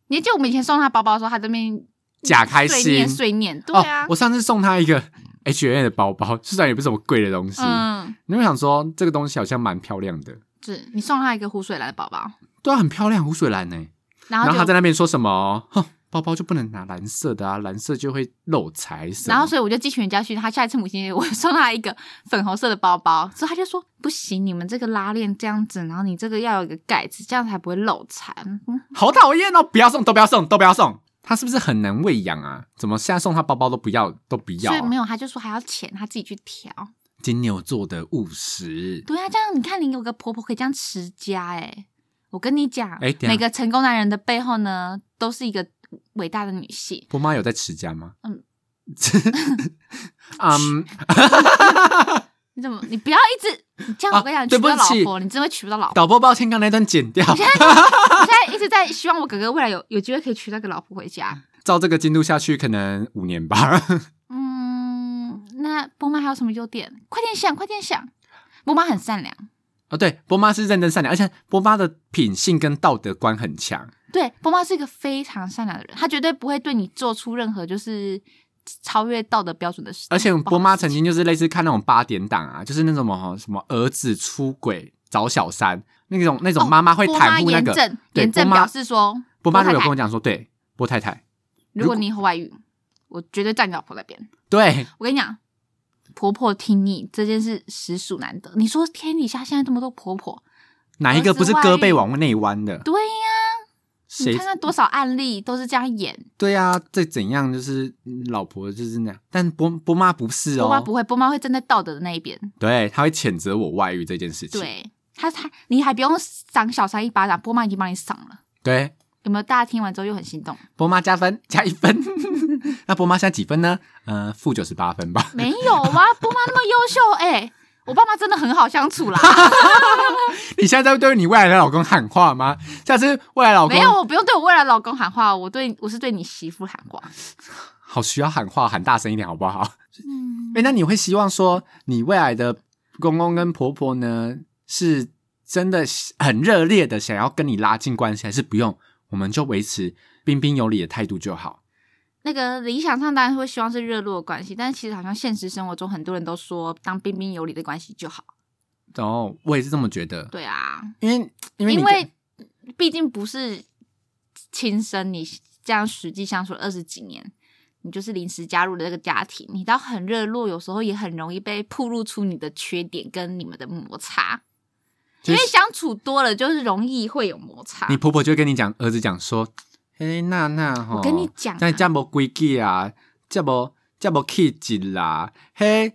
Speaker 1: 你记得我们以前送她包包的时候，她这边
Speaker 2: 假开心
Speaker 1: 碎念碎念，对啊
Speaker 2: 哦，，我上次送他一个 H N 的包包，虽然也不是什么贵的东西，
Speaker 1: 嗯，
Speaker 2: 你会想说这个东西好像蛮漂亮的，
Speaker 1: 是你送她一个湖水蓝的包包，
Speaker 2: 对啊，很漂亮，湖水蓝呢、
Speaker 1: 然后
Speaker 2: 然后
Speaker 1: 就
Speaker 2: 他在那边说什么？哼，包包就不能拿蓝色的啊，蓝色就会漏财什么。
Speaker 1: 然后，所以我就寄去人家去，他下一次母亲节，我 送他一个粉红色的包包，之后他就说不行，你们这个拉链这样子，然后你这个要有一个盖子，这样才不会漏财。嗯，
Speaker 2: 好讨厌哦！不要送，都不要送，都不要送。他是不是很难喂养啊？怎么现在送他包包都不要，都不要、
Speaker 1: 所以
Speaker 2: 啊
Speaker 1: 没？有，他就说还要钱，他自己去调。
Speaker 2: 金牛座的务实，
Speaker 1: 对啊，这样你看，你有个婆婆可以这样持家哎、我跟你讲，
Speaker 2: 哎等一下
Speaker 1: 每个成功男人的背后呢，都是一个伟大的女性。
Speaker 2: 波妈有在持家吗？ 嗯
Speaker 1: 嗯，
Speaker 2: 嗯，
Speaker 1: 你怎么，你不要一直你这样，我跟你讲，
Speaker 2: 啊
Speaker 1: 你娶不到
Speaker 2: 对不
Speaker 1: 老
Speaker 2: 起
Speaker 1: 婆，你真的会娶不到 老婆。
Speaker 2: 导播，抱歉，刚才那段剪掉。
Speaker 1: 我现在一直在希望我哥哥未来有有机会可以娶到个老婆回家。
Speaker 2: 照这个进度下去，可能五年吧。
Speaker 1: 嗯，那波妈还有什么优点？快点想，快点想。波妈很善良，
Speaker 2: 哦，对，波妈是认真善良，而且波妈的品性跟道德观很强。
Speaker 1: 对，波妈是一个非常善良的人，她绝对不会对你做出任何就是超越道德标准的事。
Speaker 2: 而且波妈曾
Speaker 1: 经
Speaker 2: 经就是类似看那种八点档啊，就是那种什么什么儿子出轨找小三那种那种妈妈会袒护那个
Speaker 1: 哦波妈严正
Speaker 2: 对
Speaker 1: 严正
Speaker 2: 波妈
Speaker 1: 表示说，
Speaker 2: 波妈如
Speaker 1: 太
Speaker 2: 果有跟我
Speaker 1: 太，
Speaker 2: 讲说，对，波太太，
Speaker 1: 如果你以后外遇，我绝对站你老婆那边。
Speaker 2: 对，
Speaker 1: 我跟你讲，婆婆听你这件事实属难得。你说天底下现在这么多婆婆，
Speaker 2: 哪一个不是
Speaker 1: 儿子外
Speaker 2: 胳
Speaker 1: 遇
Speaker 2: 膊往内弯的？
Speaker 1: 对呀、你
Speaker 2: 谁
Speaker 1: 看？看多少案例都是这样演。
Speaker 2: 对啊，这怎样就是嗯老婆就是那样，但波波妈不是
Speaker 1: 波妈不
Speaker 2: 哦，
Speaker 1: 会，波妈会站在道德的那一边。
Speaker 2: 对，她会谴责我外遇这件事情。
Speaker 1: 对他，他你还不用赏小三一巴掌，波妈已经帮你赏了。
Speaker 2: 对，
Speaker 1: 有没有？大家听完之后又很 心动？
Speaker 2: 波妈加分加一分。 那波妈现在几分呢？呃，负九十八分吧。
Speaker 1: 没有啊，波妈那么优秀，哎、 我爸妈真的很 好相处啦。
Speaker 2: 你现在在对你未来的老公喊话吗？下次未来老公
Speaker 1: 没有，我不用对我未来老公喊话，我对我是对你媳妇喊话。
Speaker 2: 好需要喊话，喊大声一点好不好？
Speaker 1: 嗯
Speaker 2: 哎、，那你会希望说你未来的公公跟婆婆呢，是真的很热烈的想要跟你拉近关系，还是不用？我们就维持彬彬有礼的态度就好。
Speaker 1: 那个理想上当然会希望是热络的关系，但是其实好像现实生活中很多人都说当彬彬有礼的关系就好。
Speaker 2: 然后我也是这么觉得，
Speaker 1: 对啊，
Speaker 2: 因为因为你
Speaker 1: 因
Speaker 2: 跟
Speaker 1: 为毕竟不是亲生，你这样实际相处了二十几年，你就是临时加入了这个家庭，你到很热络，有时候也很容易被暴露出你的缺点跟你们的摩擦，
Speaker 2: 就
Speaker 1: 因为
Speaker 2: 是
Speaker 1: 相处多了就是容易会有摩擦
Speaker 2: 你。婆婆就会跟你讲，儿子讲说，嘿娜娜哈，
Speaker 1: 我跟你讲啊
Speaker 2: 那这么规矩啊，这么这么气质啦，嘿，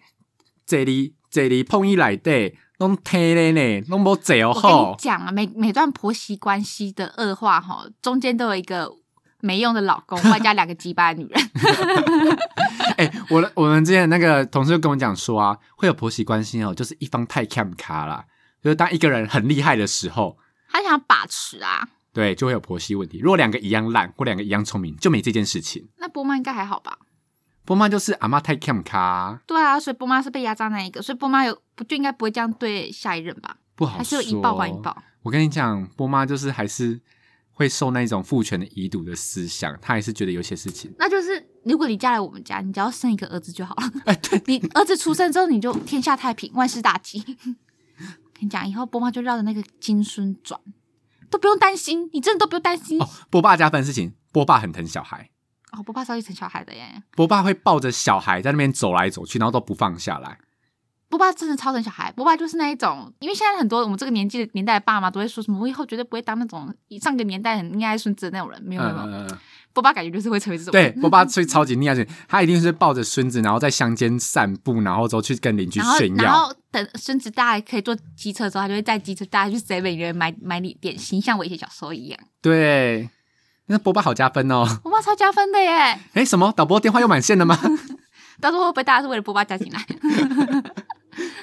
Speaker 2: 这里这里碰一来底拢听咧呢，拢无坐哦
Speaker 1: 我跟你
Speaker 2: 吼。
Speaker 1: 讲啊，每每段婆媳关系的恶化哈，中间都有一个没用的老 公，外加两个鸡巴的女人。
Speaker 2: 哎、我的我们之前那个同事就跟我讲说啊，会有婆媳关系哦，就是一方太 cam 卡啦，就是当一个人很厉害的时候，
Speaker 1: 他想要把持啊，
Speaker 2: 对，就会有婆媳问题。如果两个一样烂，或两个一样聪明，就没这件事情。
Speaker 1: 那波曼应该还好吧？
Speaker 2: 波妈就是阿妈太 cam 卡，
Speaker 1: 对啊，所以波妈是被压榨那一个，所以波妈有不就应该不会这样对下一任吧？
Speaker 2: 不好
Speaker 1: 还
Speaker 2: 说。哦
Speaker 1: 是有一报还一报？
Speaker 2: 我跟你讲，波妈就是还是会受那一种父权的遗毒的思想，她还是觉得有些事情，
Speaker 1: 那就是如果你嫁来我们家，你只要生一个儿子就好了。
Speaker 2: 哎
Speaker 1: 你儿子出生之后，你就天下太平，万事大吉。 跟你讲，以后波妈就绕着那个金孙转，都不用担心，你真的都不用担心。
Speaker 2: 哦
Speaker 1: 哦，，
Speaker 2: 波爸加分的事情，波爸很疼小孩，
Speaker 1: 波爸超级疼小孩的耶，
Speaker 2: 波爸会抱着小孩在那边走来走去，然后都不放下来。
Speaker 1: 波爸真的超疼小孩。波爸就是那一种，因为现在很多我们这个年纪的年代的爸妈都会说什么，我以后绝对不会当那种上个年代很溺爱孙子的那种人。没有没有没有，
Speaker 2: 嗯嗯。
Speaker 1: 波爸感觉就是会成为这种
Speaker 2: 对
Speaker 1: 人。，
Speaker 2: 波爸最超级溺爱孙，他一定是抱着孙子，然后在乡间散步，然后之后去跟邻居
Speaker 1: 然后
Speaker 2: 炫
Speaker 1: 然
Speaker 2: 耀。
Speaker 1: 后等孙子大了可以坐机车的时候，他就会载机车大家去 seven 里面买买你点心，像我以前小时候一样。
Speaker 2: 对，那波爸好加分哦。
Speaker 1: 我爸超加分的耶！
Speaker 2: 哎，什么？导播电话又满线 了吗？
Speaker 1: 到时候会不会大家是为了波爸加进 来？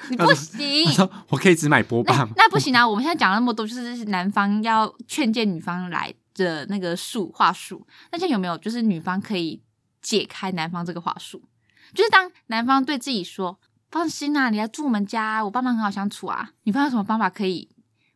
Speaker 1: 你不行
Speaker 2: 他，说我可以只买波
Speaker 1: 那
Speaker 2: 霸吗？
Speaker 1: 那不行啊！我们现在讲了那么多，就是男方要劝谏女方来的那个术话术，那现在有没有就是女方可以解开男方这个话术？就是当男方对自己说“放心啊，你来住我们家，我爸妈很好相处啊”，女方有什么方法可以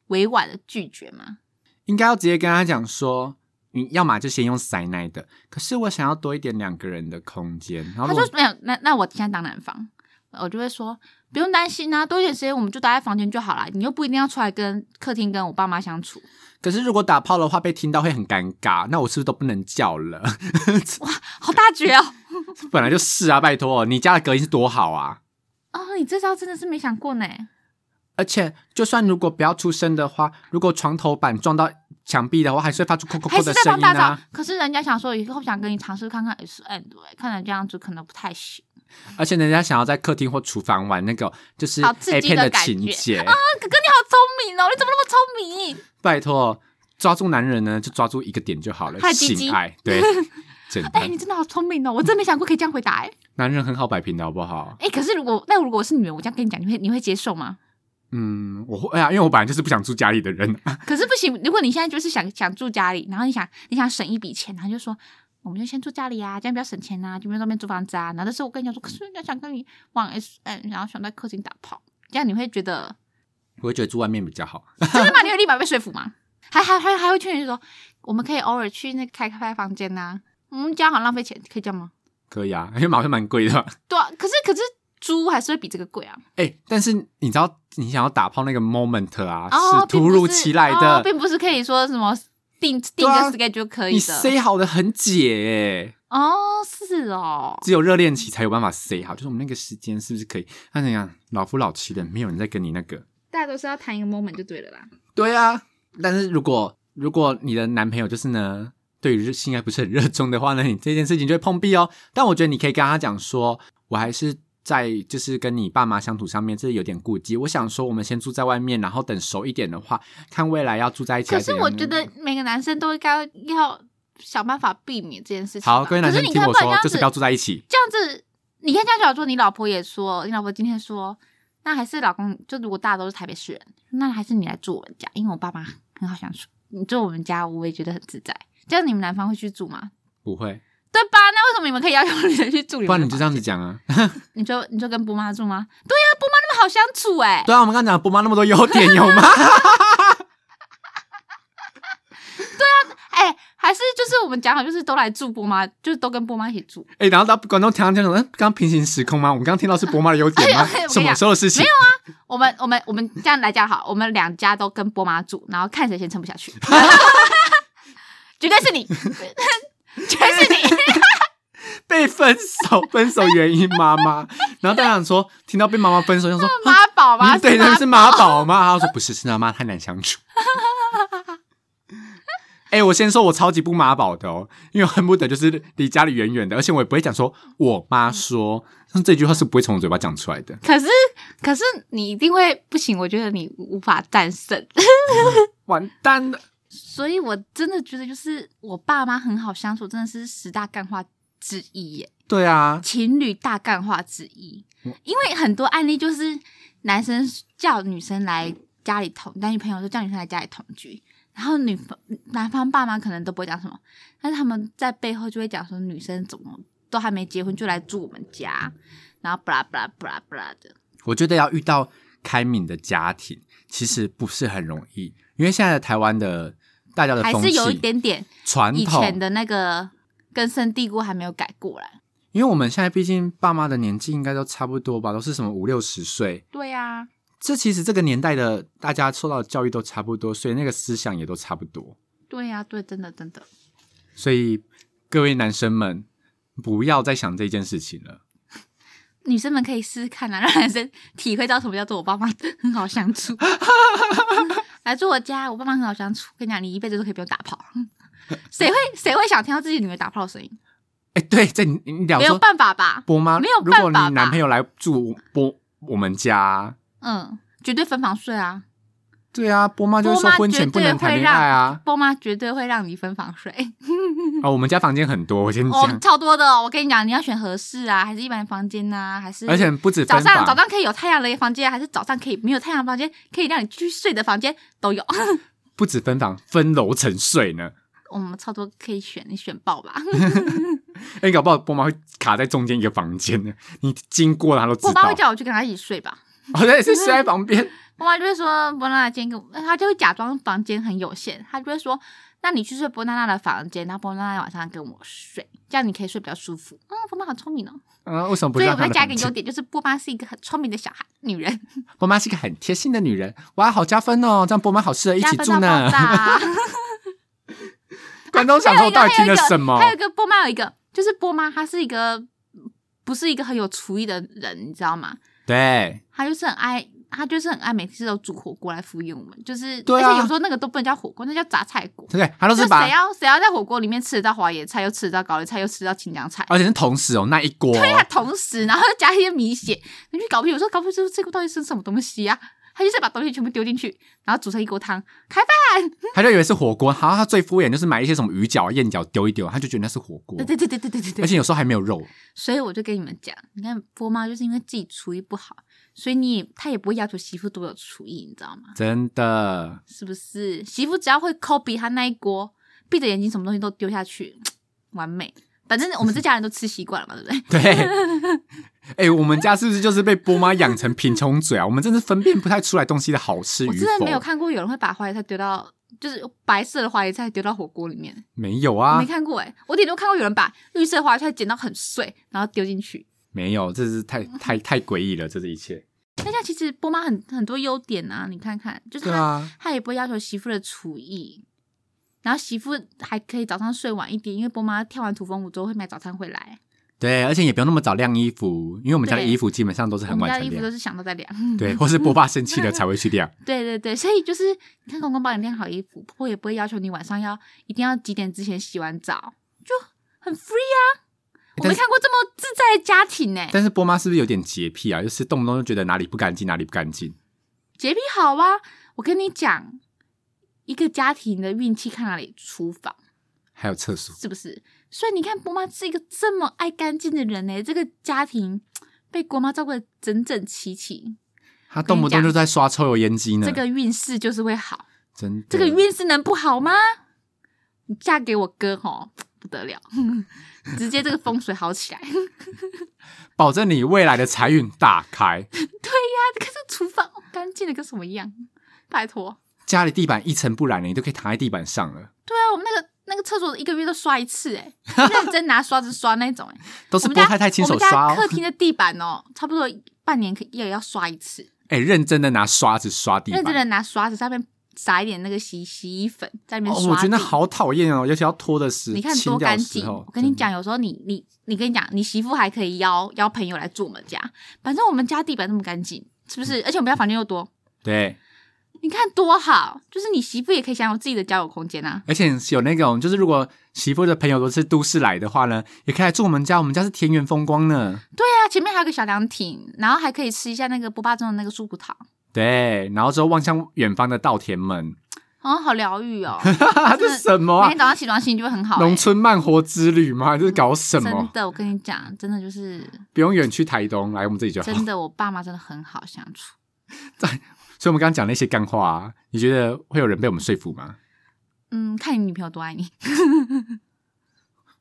Speaker 1: 委婉的拒绝吗？
Speaker 2: 应该要直接跟他讲说，你要么就先用塞奶的，可是我想要多一点两个人的空间。然后
Speaker 1: 他
Speaker 2: 如果
Speaker 1: 说没有，那那我现在当男方，我就会说不用担心啊，多一点时间我们就待在房间就好啦，你又不一定要出来跟客厅跟我爸妈相处。
Speaker 2: 可是如果打炮的话被听到会很尴尬，那我是不是都不能叫了？
Speaker 1: 好大绝哦！
Speaker 2: 本来就是啊，拜托，你家的隔音是多好啊！
Speaker 1: 哦，你这招真的是没想过呢。
Speaker 2: 而且就算如果不要出声的话，如果床头板撞到墙壁的话，还是会发出“扣扣
Speaker 1: 还
Speaker 2: 扣”
Speaker 1: 是
Speaker 2: 的
Speaker 1: 在帮
Speaker 2: 声音
Speaker 1: 打扫，
Speaker 2: 啊。
Speaker 1: 可是人家想说以后想跟你尝试看看 S N 对，看来这样子可能不太行。
Speaker 2: 而且人家想要在客厅或厨房玩那个就是
Speaker 1: 好刺
Speaker 2: A
Speaker 1: 激的
Speaker 2: 片的
Speaker 1: 感
Speaker 2: 情
Speaker 1: 觉
Speaker 2: 节，
Speaker 1: 啊，哥哥你好聪明哦，你怎么那么聪明？
Speaker 2: 拜托，抓住男人呢就抓住一个点就好了
Speaker 1: 还，有鸡鸡
Speaker 2: 性爱 对，真的
Speaker 1: 哎、，你真的好聪明哦，我真没想过可以这样回答哎、
Speaker 2: 男人很好摆平的好不好？
Speaker 1: 哎、可是如果那如果我是女人，我这样跟你讲，你会你会接受吗？
Speaker 2: 嗯，我会啊，因为我本来就是不想住家里的人，
Speaker 1: 可是不行，如果你现在就是想想住家里，然后你想你想省一笔钱，然后就说我们就先住家里啊，这样比较省钱啊，就不用在外面租房子啊。然后但是我跟你讲说，可是人家想跟你 往 S N，然后想在客厅打炮，这样你会觉得
Speaker 2: 我会觉得住外面比较好。
Speaker 1: 真的吗？哎你有立马被说服吗？还还还还会劝你说，我们可以偶尔去那个开开房间呐、嗯，这样好浪费钱，可以这样吗？
Speaker 2: 可以啊，因为马上蛮贵的 嘛。
Speaker 1: 对啊，可是可是租还是会比这个贵啊。
Speaker 2: 哎、但是你知道你想要打炮那个 moment 啊，
Speaker 1: 哦，并
Speaker 2: 突
Speaker 1: 不
Speaker 2: 如其来
Speaker 1: 哦
Speaker 2: 的，
Speaker 1: 并不是可以说什么定定
Speaker 2: 对
Speaker 1: 个
Speaker 2: 啊
Speaker 1: schedule 就可以
Speaker 2: 你
Speaker 1: 的。
Speaker 2: 塞好的很解、欸，
Speaker 1: 哦，是哦，
Speaker 2: 只有热恋期才有办法塞好，就是我们那个时间是不是可以？那怎样，老夫老妻的，没有人在跟你那个。
Speaker 1: 大家都是要谈一个 moment 就对了啦。
Speaker 2: 对啊，但是如果如果你的男朋友就是呢，对于性爱不是很热衷的话呢，你这件事情就会碰壁哦。但我觉得你可以跟他讲说，我还是在就是跟你爸妈相处上面，这有点顾忌。我想说，我们先住在外面，然后等熟一点的话，看未来要住在一起
Speaker 1: 可
Speaker 2: 还
Speaker 1: 是
Speaker 2: 怎样呢。
Speaker 1: 我觉得每个男生都应该要想办法避免这件事情吧。
Speaker 2: 好，各位男生
Speaker 1: 可是你
Speaker 2: 听
Speaker 1: 看
Speaker 2: 我
Speaker 1: 不然这
Speaker 2: 说
Speaker 1: 样，
Speaker 2: 就
Speaker 1: 子
Speaker 2: 是不要住在一起。
Speaker 1: 这样子，你看这样讲说，你老婆也说，你老婆今天说，那还是老公，就如果大家都是台北市人，那还是你来住我们家，因为我爸妈很好相处，你住我们家我也觉得很自在。这样你们男方会去住吗？
Speaker 2: 不会，
Speaker 1: 对吧？那为什么你们可以要求女人去住你
Speaker 2: 不然
Speaker 1: 们
Speaker 2: 你
Speaker 1: 的
Speaker 2: 就
Speaker 1: 房
Speaker 2: 这
Speaker 1: 间？
Speaker 2: 样子讲啊。
Speaker 1: 你就你就跟波妈住吗？对呀、波妈那么好相处哎、
Speaker 2: 对啊，我们刚刚讲波妈那么多优点，有 吗？
Speaker 1: 哎、还是就是我们讲好，就是都来住波妈，就是都跟波妈一起住。
Speaker 2: 哎、然后到观众听到这种，嗯刚刚平行时空吗？我们刚刚听到是波妈的优点
Speaker 1: 哎
Speaker 2: 吗
Speaker 1: 呀哎呀？
Speaker 2: 什么时候的事情？
Speaker 1: 我们我们我们这样来讲好，我们两家都跟波妈住，然后看谁先撑不下去。 绝对是你，绝对是你。
Speaker 2: 被分手， 分手原因妈妈。然后大家想说，听到被妈妈分手，想说
Speaker 1: 妈宝
Speaker 2: 啊
Speaker 1: 吗？
Speaker 2: 你对，
Speaker 1: 是
Speaker 2: 那
Speaker 1: 吗
Speaker 2: 是妈宝吗？他说不是，是他妈太难相处。哎、我先说，我超级不妈宝的哦，因为我恨不得就是离家里远远的，而且我也不会讲说我妈说，像这句话是不会从我嘴巴讲出来的。
Speaker 1: 可是可是你一定会不行，我觉得你无法战胜。
Speaker 2: 完蛋了，
Speaker 1: 所以我真的觉得，就是我爸妈很好相处，真的是十大干话之一耶，
Speaker 2: 对啊，
Speaker 1: 情侣大干话之一。因为很多案例就是男生叫女生来家里同，男女朋友就叫女生来家里同居。然后女方男方爸妈可能都不会讲什么，但是他们在背后就会讲说女生怎么都还没结婚就来住我们家，然后布拉布拉布拉布拉的，
Speaker 2: 我觉得要遇到开明的家庭，其实不是很容易，因为现在的台湾的大家的
Speaker 1: 还
Speaker 2: 风
Speaker 1: 是
Speaker 2: 气
Speaker 1: 有一点点
Speaker 2: 传
Speaker 1: 以
Speaker 2: 统
Speaker 1: 前的那个根深蒂固还没有改过来。
Speaker 2: 因为我们现在毕竟爸妈的年纪应该都差不多吧，都是什么五六十岁。
Speaker 1: 对啊呀、
Speaker 2: 这其实这个年代的大家受到的教育都差不多，所以那个思想也都差不多。
Speaker 1: 对呀、对，真的真的。
Speaker 2: 所以各位男生们，不要再想这件事情了。
Speaker 1: 女生们可以试试看啊， 让男生体会到什么叫做我爸妈很好相处。 来住我家，我爸妈很好相处。跟你讲，你一辈子都可以不用打炮。谁会谁会想听到自己女儿打炮的声音？
Speaker 2: 哎，对，这你你讲
Speaker 1: 没有
Speaker 2: 说
Speaker 1: 办法吧？
Speaker 2: 波妈，
Speaker 1: 没有
Speaker 2: 如
Speaker 1: 办
Speaker 2: 果
Speaker 1: 法吧
Speaker 2: 你男朋友来住波我们家，
Speaker 1: 嗯，绝对分房睡啊！
Speaker 2: 对啊，波妈就会
Speaker 1: 波
Speaker 2: 说
Speaker 1: 妈
Speaker 2: 婚前
Speaker 1: 绝
Speaker 2: 不
Speaker 1: 对
Speaker 2: 能
Speaker 1: 会
Speaker 2: 谈恋
Speaker 1: 让
Speaker 2: 爱啊。
Speaker 1: 波妈绝对会让你分房睡，
Speaker 2: 啊，我们家房间很多，我先
Speaker 1: 哦，
Speaker 2: 讲，
Speaker 1: 超多的、哦。我跟你讲，你要选合适啊，还是一般房间呐、啊，还是
Speaker 2: 而且不止
Speaker 1: 早
Speaker 2: 分
Speaker 1: 上早
Speaker 2: 房，
Speaker 1: 上可以有太阳的房间，还是早上可以没有太阳的 房间，可以让你去睡的房间都有。
Speaker 2: 不止分房，分楼层睡呢。
Speaker 1: 我们差不多可以选，你选爆吧。
Speaker 2: 哎、搞不好波妈会卡在中间一个房间呢，你经过了她都知
Speaker 1: 我
Speaker 2: 道
Speaker 1: 妈会。叫我去跟她一起睡吧。
Speaker 2: 哦，对，是睡在旁边。
Speaker 1: 我妈就会说波娜娜今天跟我，呃她就会假装房间很有限，她就会说，那你去睡波娜娜的房间，然后波娜娜晚上跟我睡，这样你可以睡比较舒服。嗯，波妈好聪明哦。
Speaker 2: 嗯，为什么不
Speaker 1: 所以我
Speaker 2: 让她
Speaker 1: 再
Speaker 2: 的
Speaker 1: 加一
Speaker 2: 房
Speaker 1: 个
Speaker 2: 间
Speaker 1: 优点，就是波妈是一个很聪明的小孩女人，
Speaker 2: 波妈是个很贴心的女人，哇，好加分哦！这样波妈好适合一
Speaker 1: 加
Speaker 2: 起
Speaker 1: 分
Speaker 2: 住
Speaker 1: 到爆
Speaker 2: 呢。
Speaker 1: 炸。啊
Speaker 2: 观众 想说，我到底听了什么？
Speaker 1: 还有一个波妈有一个，就是波妈她是一个不是一个很有厨艺的人，你知道吗？
Speaker 2: 对，
Speaker 1: 她就是很爱，她就是很爱每次都煮火锅来敷衍我们，就是、
Speaker 2: 对啊
Speaker 1: 而且有时候那个都不能叫火锅，那叫杂菜锅
Speaker 2: 对。不对？她都
Speaker 1: 就是谁啊
Speaker 2: 把，
Speaker 1: 要谁要在火锅里面吃得到花椰菜，又吃得到高丽菜，又吃得到青江菜，
Speaker 2: 而且是同时哦，那一锅
Speaker 1: 对啊，同时然后又加一些米血，你去搞不清楚，我说搞不清楚这个到底是什么东西呀、啊？他就是把东西全部丢进去，然后煮成一锅汤，开饭。
Speaker 2: 她就以为是火锅。好，她最敷衍就是买一些什么鱼饺啊、燕饺丢一丢，她就觉得那是火锅
Speaker 1: 对，对对对对对对对
Speaker 2: 而。且有时候还没有肉。
Speaker 1: 所以我就跟你们讲，你看波妈就是因为自己厨艺不好，所以你也她也不会要求媳妇多有厨艺，你知道吗？
Speaker 2: 真的，
Speaker 1: 是不是？媳妇只要会 copy 她那一锅，闭着眼睛什么东西都丢下去，完美。反正我们这家人都吃习惯了嘛，对不对？
Speaker 2: 对，哎、我们家是不是就是被波妈养成贫穷嘴啊？我们真是分辨不太出来东西的好吃
Speaker 1: 我
Speaker 2: 与
Speaker 1: 真的
Speaker 2: 否。
Speaker 1: 没有看过有人会把花椰菜丢到，就是白色的花椰菜丢到火锅里面，
Speaker 2: 没有
Speaker 1: 我
Speaker 2: 啊
Speaker 1: 没，看过哎、我顶多看过有人把绿色的花椰菜剪到很碎，然后丢进去。
Speaker 2: 没有，这是太太太诡异了，这是一切。
Speaker 1: 那这样其实波妈很很多优点啊，你看看，就是
Speaker 2: 对
Speaker 1: 她、
Speaker 2: 啊，
Speaker 1: 他也不会要求媳妇的厨艺，然后媳妇还可以早上睡晚一点，因为波妈跳完土风舞之后会买早餐回来，
Speaker 2: 对，而且也不用那么早晾衣服，因为我们家的
Speaker 1: 对
Speaker 2: 衣服基本上都是
Speaker 1: 我
Speaker 2: 很
Speaker 1: 们
Speaker 2: 晚
Speaker 1: 家的
Speaker 2: 才
Speaker 1: 衣服都
Speaker 2: 晾，
Speaker 1: 是想到再晾。
Speaker 2: 对，或是波爸生 气了才会去晾。
Speaker 1: 对对对，所以就是你看公公帮你晾好衣服，婆婆也不会要求你晚上要一定要几点之前洗完澡，就很 free 啊。我
Speaker 2: 但
Speaker 1: 没
Speaker 2: 是
Speaker 1: 看过这么自在的家庭呢、
Speaker 2: 但是波妈是不是有点洁癖啊？就是动不动就觉得哪里不干净，哪里不干净。
Speaker 1: 洁癖好啊！我跟你讲，一个家庭的运气看哪里，厨房。
Speaker 2: 还有厕所，
Speaker 1: 是不是？所以你看，波妈是一个这么爱干净的人呢、这个家庭被国妈照顾的整整齐齐，
Speaker 2: 她动不动就在刷抽油烟机呢。
Speaker 1: 这个运势就是会好。
Speaker 2: 真的
Speaker 1: 这个运势能不好吗？你嫁给我哥吼，不得了， 直接这个风水好起来。 啊他
Speaker 2: 保证你未来的财运大开，
Speaker 1: 看这厨房哦干净的跟什么一样，拜托。
Speaker 2: 家里地板一尘不染，你都可以躺在地板上了，
Speaker 1: 对啊，我们那个那个厕所一个月都刷一次、 欸，哎，认真拿刷子刷那种、欸，
Speaker 2: 都
Speaker 1: 我
Speaker 2: 是
Speaker 1: 们
Speaker 2: 波
Speaker 1: 家
Speaker 2: 太太亲手
Speaker 1: 我
Speaker 2: 刷
Speaker 1: 们家
Speaker 2: 哦
Speaker 1: 客。厅的地板哦，差不多半年可也要刷一次。
Speaker 2: 哎、认真的拿刷子刷地
Speaker 1: 认真
Speaker 2: 板。
Speaker 1: 的拿刷子上面撒一点那个洗洗衣粉，在里面
Speaker 2: 哦
Speaker 1: 刷、，
Speaker 2: 我觉得，好讨厌哦，尤其要拖的时，
Speaker 1: 你看
Speaker 2: 清
Speaker 1: 多
Speaker 2: 掉
Speaker 1: 干
Speaker 2: 的时
Speaker 1: 净。
Speaker 2: 候
Speaker 1: 我跟你，讲，有时候你你你跟你讲，你媳妇还可以邀邀朋友来住我们家，反正我们家地板那么干净，是不是？而且我们家房间又多，
Speaker 2: 真的对，
Speaker 1: 你看多好，就是你媳妇也可以享有自己的交友空间啊。
Speaker 2: 而且有那种，就是如果媳妇的朋友都是都市来的话呢，也可以来住我们家，我们家是田园风光呢。
Speaker 1: 对啊，前面还有个小凉亭，然后还可以吃一下那个波霸中的那个树葡萄，
Speaker 2: 对，然后之后望向远方的稻田们，
Speaker 1: 哦，好疗愈 哦。
Speaker 2: 哈哈，
Speaker 1: 真
Speaker 2: 这
Speaker 1: 的
Speaker 2: 什么
Speaker 1: 每
Speaker 2: 啊
Speaker 1: 天？早上起床心情就会很好、
Speaker 2: 农
Speaker 1: 欸。嗯
Speaker 2: 村慢活之旅吗？这是搞什
Speaker 1: 真
Speaker 2: 么？
Speaker 1: 的，我跟你讲，真的就是
Speaker 2: 不用远去台东，来我们这里就好。
Speaker 1: 真的，我爸妈真的很好相处。
Speaker 2: 所以我们刚刚讲那些干话、啊，你觉得会有人被我们说服吗？
Speaker 1: 嗯，看你女朋友多爱你，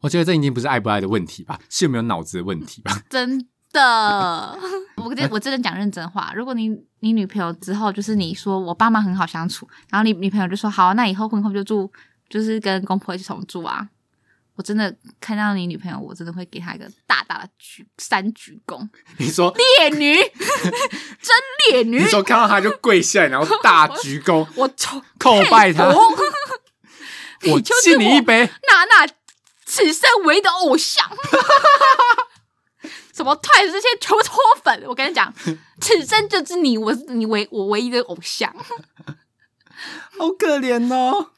Speaker 2: 我觉得这已经不是爱不爱的问题吧，是有没有脑子的问题吧？
Speaker 1: 真的。 我跟我真的讲认真话，如果你你女朋友之后就是你说我爸妈很好相处，然后你女朋友就说好，啊那以后婚后就住就是跟公婆一起同住啊。我真的看到你女朋友，我真的会给她一个大大的鞠三鞠躬，
Speaker 2: 你说，
Speaker 1: 烈女， 真烈
Speaker 2: 你
Speaker 1: 女，
Speaker 2: 说看到他就跪下来，然后大鞠躬
Speaker 1: 我崇
Speaker 2: 叩拜他，
Speaker 1: 我
Speaker 2: 我
Speaker 1: 你就是
Speaker 2: 敬你一
Speaker 1: 我
Speaker 2: 杯。
Speaker 1: 娜娜此生唯一的偶像。 什么退这些全部脱粉？我跟你讲，此生就是你，我你唯我唯一的偶像。
Speaker 2: 好可怜哦。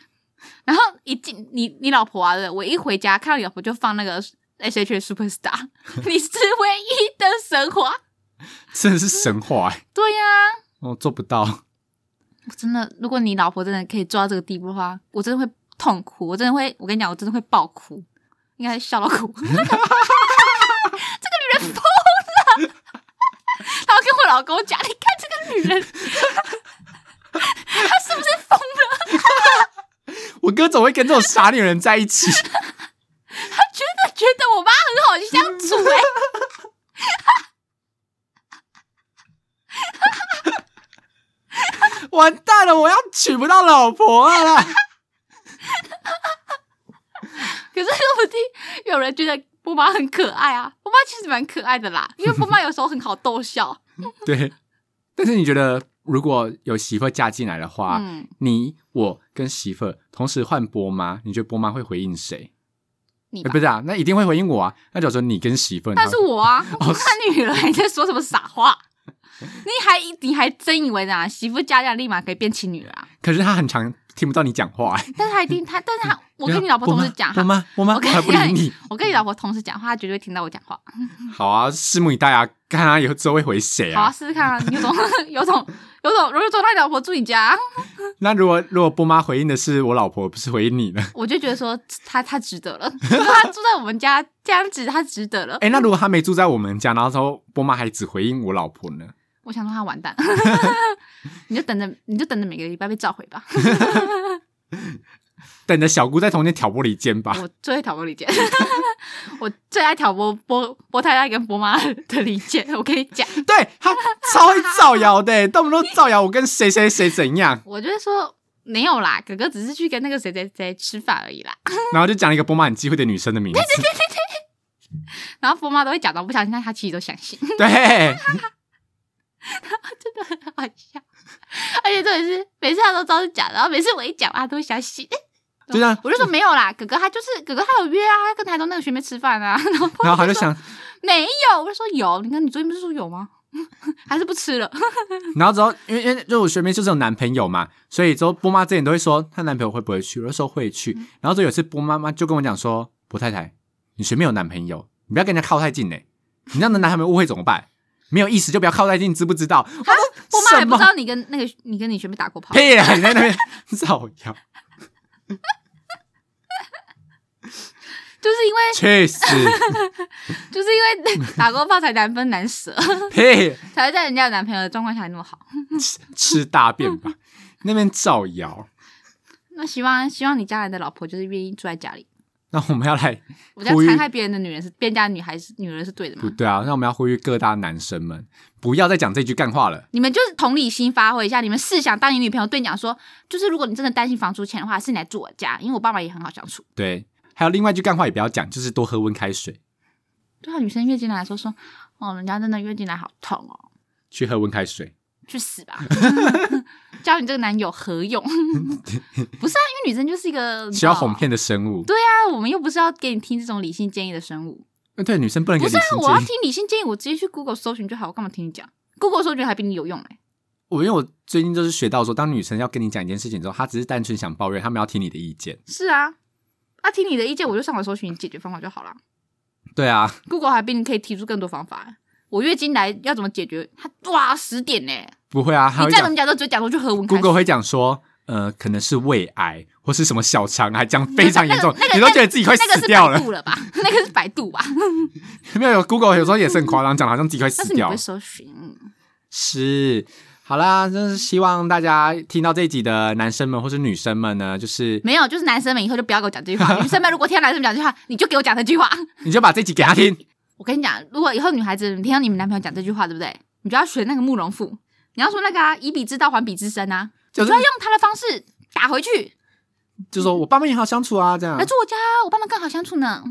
Speaker 1: 然后一进你你老婆啊，对不对我一回家看到你老婆就放那个 S H Superstar，你 是唯一的神话。
Speaker 2: 真的是神话、欸，
Speaker 1: 对呀、
Speaker 2: 我做不到。
Speaker 1: 我真的，如果你老婆真的可以做到这个地步的话，我真的会痛哭，我真的会，我跟你讲，我真的会爆哭，应该是笑到哭。这 个女人疯了， 然后跟我老公讲，你看这个女人，她是不是疯了？
Speaker 2: 我哥怎么会跟这种傻女人在一
Speaker 1: 他
Speaker 2: 起？
Speaker 1: 真的觉得我妈很好相处哎、
Speaker 2: 完蛋了，我要娶不到老婆了啦！
Speaker 1: 可是说不定有人觉得波妈很可爱啊，波妈其实蛮可爱的 啦，因为波妈有时候很好逗笑。
Speaker 2: 对，但是你觉得如果有媳妇嫁进来的话，
Speaker 1: 嗯，
Speaker 2: 你我跟媳妇同时换波妈，你觉得波妈会回应谁？
Speaker 1: 你
Speaker 2: 欸
Speaker 1: 吧
Speaker 2: 不是啊，那一定会回应我啊。那假如说你跟媳妇，
Speaker 1: 但是我啊，
Speaker 2: 哦
Speaker 1: 我看女人你在说什么傻话？你还你还真以为呢？媳妇家家立马可以变亲女人啊？
Speaker 2: 可是她很常听不到你讲话、欸。
Speaker 1: 但是他一定他，但是他我
Speaker 2: 对啊
Speaker 1: 跟你老婆同事讲
Speaker 2: 波
Speaker 1: 哈，
Speaker 2: 妈，波妈，
Speaker 1: 我
Speaker 2: 我
Speaker 1: 跟
Speaker 2: 还不理你。
Speaker 1: 我跟你老婆同事讲话，她绝对会听到我讲话。
Speaker 2: 好啊，拭目以待啊，看她以后之后会回谁
Speaker 1: 好啊，
Speaker 2: 啊。
Speaker 1: 试试看啊，你有种 有种有种，如果说让你老婆住你家，
Speaker 2: 那如果如果波妈回应的是我老婆，不是回应你呢？
Speaker 1: 我就觉得说她她值得了， 如果她住在我们家这样子，她值得了。
Speaker 2: 哎、那如果她没住在我们家，然后说波妈还只回应我老婆呢？
Speaker 1: 我想说她完蛋，你就等着你就等着每个礼拜被召回吧。
Speaker 2: 等着小姑在中间挑拨离间吧。
Speaker 1: 我最爱挑拨离间， 我最爱挑拨波波太太跟波妈的离间。我跟你讲，
Speaker 2: 对她超会造谣的、 欸，动不动造谣我跟谁谁谁怎样，
Speaker 1: 我就会说没有啦，哥哥只是去跟那个谁谁谁吃饭而已啦。
Speaker 2: 然后就讲了一个波妈很忌讳的女生的名字。
Speaker 1: 然后波妈都会假装不相信，但她其实都相信，
Speaker 2: 对，
Speaker 1: 真的很好笑。而且重点是，每次她都知道是假的，然后每次我一讲，她都会相信。
Speaker 2: 就这样
Speaker 1: 我就说没有啦，哥哥他就是哥哥，他有约啊，他跟台东那个学妹吃饭啊。 然后
Speaker 2: 然后她就想，
Speaker 1: 没有，我就说有，你看你昨天不是说有吗？ 还是不吃了？
Speaker 2: 然后之后，因为因为就我学妹就是有男朋友嘛，所以之后波妈之前都会说她男朋友会不会去，我就说会
Speaker 1: 嗯
Speaker 2: 去。然后之后有一次波妈妈就跟我讲说，波太太，你学妹有男朋友，你不要跟人家靠太近嘞、你这样能让他们误会怎么办？没有意思就不要靠太近，知不知道？
Speaker 1: 啊波妈还
Speaker 2: 什
Speaker 1: 不
Speaker 2: 么
Speaker 1: 知道你跟那个你跟你学妹打过炮。
Speaker 2: 屁啊！你在那边造谣，
Speaker 1: 就是因为
Speaker 2: 去死！
Speaker 1: 就是因为 打过炮才难分难舍，
Speaker 2: 屁，
Speaker 1: 才会在人家有男朋友的状况下还那么好。
Speaker 2: 吃吃大便吧！那边造谣。
Speaker 1: 那希望希望你将来的老婆就是愿意住在家里。
Speaker 2: 那我们要来
Speaker 1: 我这样
Speaker 2: 呼吁
Speaker 1: 残害别人的女人是，别人家的女孩是女人是对的
Speaker 2: 不
Speaker 1: 吗？
Speaker 2: 对啊？那我们要呼吁各大男生们，不要再讲这句干话了。
Speaker 1: 你们就是同理心发挥一下，你们试想，当你女朋友对你讲说，就是如果你真的担心房租钱的话，是你来住我家，因为我爸妈也很好相处。
Speaker 2: 对，还有另外一句干话也不要讲，就是多喝温开水。
Speaker 1: 对啊，女生月经来的时候说，哦，人家真的月经来好痛哦，
Speaker 2: 去喝温开水。
Speaker 1: 去死吧！ 交你这个男友何用？ 不是啊，因为女生就是一个
Speaker 2: 需要哄。骗的生物。对
Speaker 1: 那我们又不是要给你听这种理性建议的生物。
Speaker 2: 呃对，女生不能给
Speaker 1: 不
Speaker 2: 理
Speaker 1: 是啊，
Speaker 2: 性
Speaker 1: 我要
Speaker 2: 建议。
Speaker 1: 听理性建议，我直接去 Google 搜寻就好，我干嘛听你讲？Google 搜寻还比你有用嘞、
Speaker 2: 我因为我最近就是学到说，当女生要跟你讲一件事情之后，她只是单纯想抱怨，她们要听你的意见。
Speaker 1: 是啊，啊，听你的意见，我就上网搜寻解决方法就好了。
Speaker 2: 对啊，
Speaker 1: Google 还比你可以提出更多方法。我月经来要怎么解决？他哇十点呢、
Speaker 2: 不会啊，她
Speaker 1: 你
Speaker 2: 会
Speaker 1: 在
Speaker 2: 讲
Speaker 1: 人家都只讲说去喝文开水
Speaker 2: Google 会讲说，呃，可能是胃癌或是什么小肠癌，讲非常严重，
Speaker 1: 那个那个
Speaker 2: 你都觉得自己快
Speaker 1: 那个
Speaker 2: 死
Speaker 1: 是
Speaker 2: 掉了
Speaker 1: 百。度了吧？ 那个是百度吧？
Speaker 2: 没有有 Google 有时候也是很夸张，讲得好像自己快
Speaker 1: 但
Speaker 2: 死
Speaker 1: 是你
Speaker 2: 掉
Speaker 1: 不会
Speaker 2: 了。
Speaker 1: 搜寻，嗯
Speaker 2: 是，好啦，真是希望大家听到这一集的男生们或是女生们呢，就是
Speaker 1: 没有，就是男生们以后就不要给我讲这句 话。女生们如果听到男生们讲这句话， 你就给我讲这句话。
Speaker 2: 你就把这集给他听。
Speaker 1: 我跟你讲，如果以后女孩子你听到你们男朋友讲这句话，对不对？你就要学那个慕容复，你要说那个啊，以彼之道还彼之身啊，
Speaker 2: 就
Speaker 1: 你
Speaker 2: 是
Speaker 1: 就要用他的方式打回去。
Speaker 2: 就说我爸妈也好相处啊，这样
Speaker 1: 来住我家，我爸妈更好相处呢。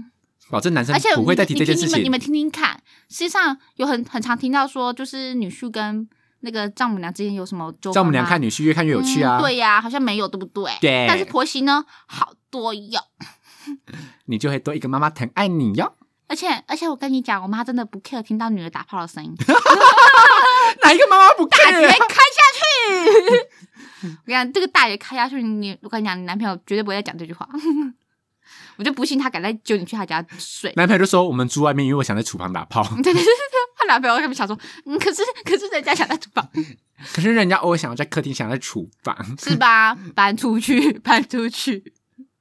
Speaker 2: 保证男生
Speaker 1: 而且
Speaker 2: 不会再提
Speaker 1: 你
Speaker 2: 这件事
Speaker 1: 你听你们你
Speaker 2: 情。
Speaker 1: 们听听看，实际上有很很常听到说，就是女婿跟那个丈母娘之间有什么纠纷、啊？
Speaker 2: 丈母娘看女婿越看越有趣啊，
Speaker 1: 嗯对呀、好像没有，对不对？
Speaker 2: 对
Speaker 1: 但是婆媳呢，好多有。
Speaker 2: 你就会多一个妈妈疼爱你哟。
Speaker 1: 而且而且，我跟你讲，我妈真的不 care 听到女儿打炮的声音，
Speaker 2: 哪一个妈妈不啊
Speaker 1: 大爷
Speaker 2: care？
Speaker 1: 开下去。我跟你讲，这个大爷开下去，你我跟你讲，你男朋友绝对不会再讲这句话。 我就不信他敢再揪你去他家睡。嗯
Speaker 2: 男朋友就说我们住外面，因为我想在厨房打炮。
Speaker 1: 对对对对，她男朋友他们想说，嗯，可是可是人家想在厨房，
Speaker 2: 可是人家偶尔想要在客厅，想要在厨房。
Speaker 1: 是吧？搬出去，搬出去。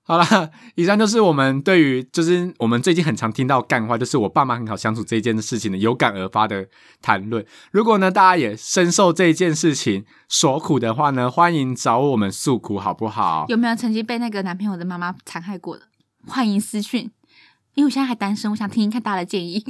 Speaker 2: 好啦，以上就是我们对于就是我们最近很常听到干话，就是我爸妈很好相处这件事情的有感而发的谈论。如果呢大家也深受这件事情所苦的话呢，欢迎找我们诉苦好不好？
Speaker 1: 有没有曾经被那个男朋友的妈妈残害过的？欢迎私讯，因为我现在还单身，我想听听看大家的建议。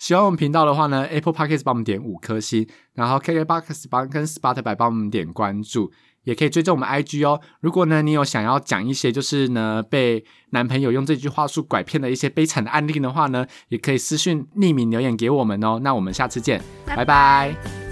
Speaker 2: 喜欢我们频道的话呢，Apple Podcast 帮我们点五颗星，然后 KKBox 帮跟 Spotify 帮我们点关注，也可以追踪我们 IG 哦。如果呢你有想要讲一些就是呢被男朋友用这句话术拐骗的一些悲惨的案例的话呢，也可以私讯匿名留言给我们哦。那我们下次见，拜拜